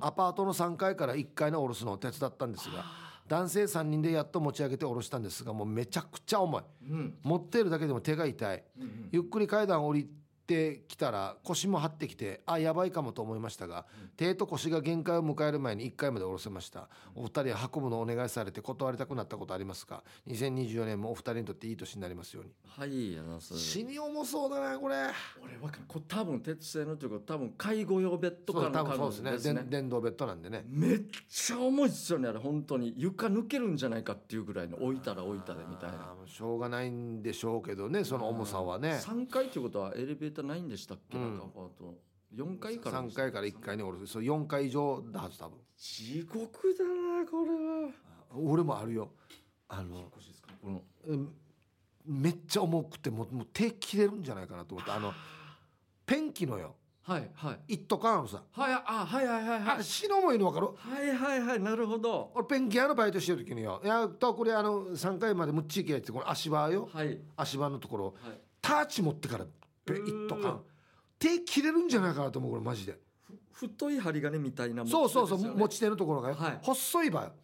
Speaker 2: アパートの3階から1階の下ろすのを手伝ったんですが男性3人でやっと持ち上げて下ろしたんですがもうめちゃくちゃ重い
Speaker 1: うん
Speaker 2: 持っているだけでも手が痛い
Speaker 1: うんうん
Speaker 2: ゆっくり階段降りってきたら腰も張ってきてあやばいかもと思いましたが手と腰が限界を迎える前に1回まで下ろせましたお二人は運ぶのをお願いされて断りたくなったことありますか2024年もお二人にとっていい年になりますように
Speaker 1: はいやなそれ
Speaker 2: 死に重そうだなこれ
Speaker 1: 俺わかんこれ多分鉄製のというか多分介護用ベッド
Speaker 2: そ
Speaker 1: か
Speaker 2: う多
Speaker 1: の
Speaker 2: 分
Speaker 1: 可
Speaker 2: そ
Speaker 1: 能
Speaker 2: うです
Speaker 1: 性
Speaker 2: ね
Speaker 1: ですね
Speaker 2: 電電動ベッドなんでね
Speaker 1: めっちゃ重いっすよねあれ本当に床抜けるんじゃないかっていうぐらいの置いたら置いたでみたいな
Speaker 2: あーしょうがないんでしょうけどねその重さはね
Speaker 1: 3階ってことはエレベーターないんでしたっけ、
Speaker 2: う
Speaker 1: な
Speaker 2: ん
Speaker 1: んかアパート4階から
Speaker 2: 3回から1
Speaker 1: 階
Speaker 2: 回に下ろすそう4回以上だはず多分
Speaker 1: 地獄だなこれは
Speaker 2: 俺もあるよあの
Speaker 1: 少しですかこの
Speaker 2: うんめっちゃ重くてもうもう手切れるんじゃないかなと思ってあのペンキのよ
Speaker 1: はいはい
Speaker 2: 一斗缶あるさ
Speaker 1: はいあはいはいはいは
Speaker 2: あ
Speaker 1: い
Speaker 2: れ死の重いの分かる
Speaker 1: はいはいはいなるほど
Speaker 2: 俺ペンキ屋のバイトしてる時によ「いやとこれあの3回までむっちいけ」ってこの足場よ
Speaker 1: はいはい
Speaker 2: 足場のところターチ持ってからペン一斗缶手切れるんじゃないかなと思うこれマジで
Speaker 1: ふ太い針金みたいな
Speaker 2: そうそうそう
Speaker 1: 持ち手ですよね
Speaker 2: 持ち手のところがよ
Speaker 1: はい
Speaker 2: 細い場よ
Speaker 1: わ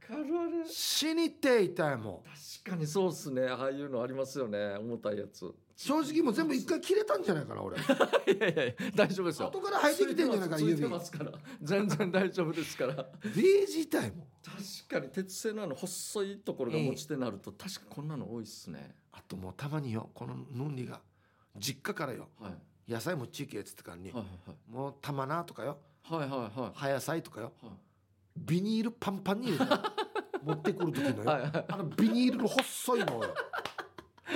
Speaker 1: かるあれ
Speaker 2: 死にて痛いもん
Speaker 1: 確かにそうっすねああいうのありますよね重たいやつ
Speaker 2: 正直もう全部一回切れたんじゃないか な俺
Speaker 1: いやいやいや大丈夫ですよ
Speaker 2: 後から生えてきてんじゃないか
Speaker 1: つい
Speaker 2: 指
Speaker 1: て
Speaker 2: デ
Speaker 1: ますから全然大丈夫ですから確
Speaker 2: ージ痛いもん
Speaker 1: かに鉄製のあの細いところが持ち手になると確かこんなの多いっすね
Speaker 2: あともうたまによこののんりが実家からよ
Speaker 1: はい
Speaker 2: 野菜もちいけっつってからに、
Speaker 1: はい
Speaker 2: もう玉なとかよ
Speaker 1: はいはいはいは
Speaker 2: 葉野菜とかよ
Speaker 1: い
Speaker 2: ビニールパンパンに入 れて持ってくる時のよ、
Speaker 1: はいはいはい
Speaker 2: あのビニールの細いのよ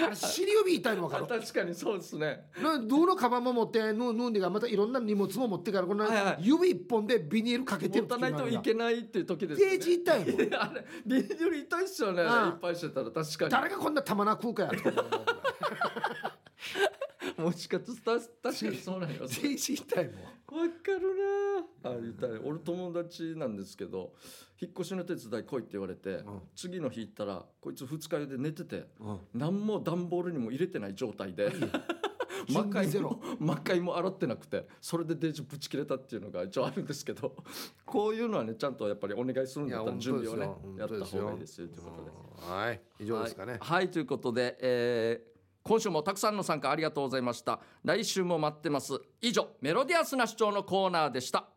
Speaker 2: あれ尻指痛いの分か
Speaker 1: あ
Speaker 2: る
Speaker 1: 確かにそうですね
Speaker 2: などのカバンも持ってののんりがまたいろんな荷物も持ってからこんな
Speaker 1: はいはい
Speaker 2: 指一本でビニールかけ
Speaker 1: 持
Speaker 2: てる
Speaker 1: たないといけないっていう時ですよ
Speaker 2: デ
Speaker 1: ね
Speaker 2: ージ痛いもん
Speaker 1: いや あれビニール痛いっすよねいっ
Speaker 2: ああ
Speaker 1: ぱいしてたら確 かに
Speaker 2: 誰がこんな玉な食うかやと思うよ
Speaker 1: もしかしたら確かにそうなんよ
Speaker 2: デージ痛いもん
Speaker 1: わかるなああ痛い俺友達なんですけど引っ越しの手伝い来いって言われて、
Speaker 2: ん
Speaker 1: 次の日行ったらこいつ二日酔いで寝てて
Speaker 2: うん
Speaker 1: 何も段ボールにも入れてない状態で魔
Speaker 2: 準備
Speaker 1: 界
Speaker 2: ゼロ
Speaker 1: も魔界も洗ってなくてそれでデージぶち切れたっていうのが一応あるんですけど こういうのはねちゃんとやっぱりお願いするんだったら準備をねやった方がいいですよということで。
Speaker 2: うんはい以上ですかね
Speaker 1: はい、はいということで、えー今週もたくさんの参加ありがとうございました来週も待ってます以上メロディアスな主張のコーナーでした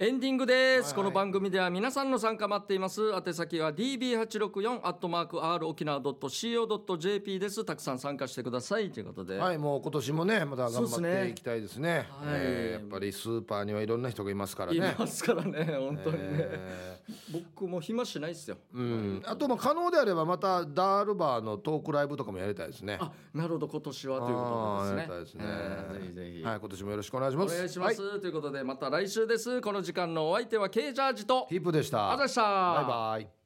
Speaker 1: エンディングです、
Speaker 2: はい
Speaker 1: この番組では皆さんの参加待っています宛先は db864 アットマーク r 沖縄 .co.jp ですたくさん参加してくださいということで、
Speaker 2: はい、もう今年もね、また
Speaker 1: そう
Speaker 2: 頑
Speaker 1: です
Speaker 2: 張っ
Speaker 1: ね
Speaker 2: ていきたいですね。
Speaker 1: はい
Speaker 2: えーやっぱりスーパーにはいろんな人がいますからね。
Speaker 1: いますからね 本当にね、
Speaker 2: えー
Speaker 1: 僕も暇しないですよ
Speaker 2: うん、あとまあ可能であればまたダールバーのトークライブとかもやりたいですね。
Speaker 1: あなるほど今年はということなん
Speaker 2: あーやりたい
Speaker 1: で
Speaker 2: ですす
Speaker 1: ね
Speaker 2: ね
Speaker 1: えーぜひぜひ、
Speaker 2: はい、今年もよろしくお願いし
Speaker 1: お
Speaker 2: ます。
Speaker 1: 願いします、
Speaker 2: はい
Speaker 1: ということでまた来週ですこの時間のお相手は K ジャージと
Speaker 2: ヒープでした。
Speaker 1: あざした
Speaker 2: バイバイ。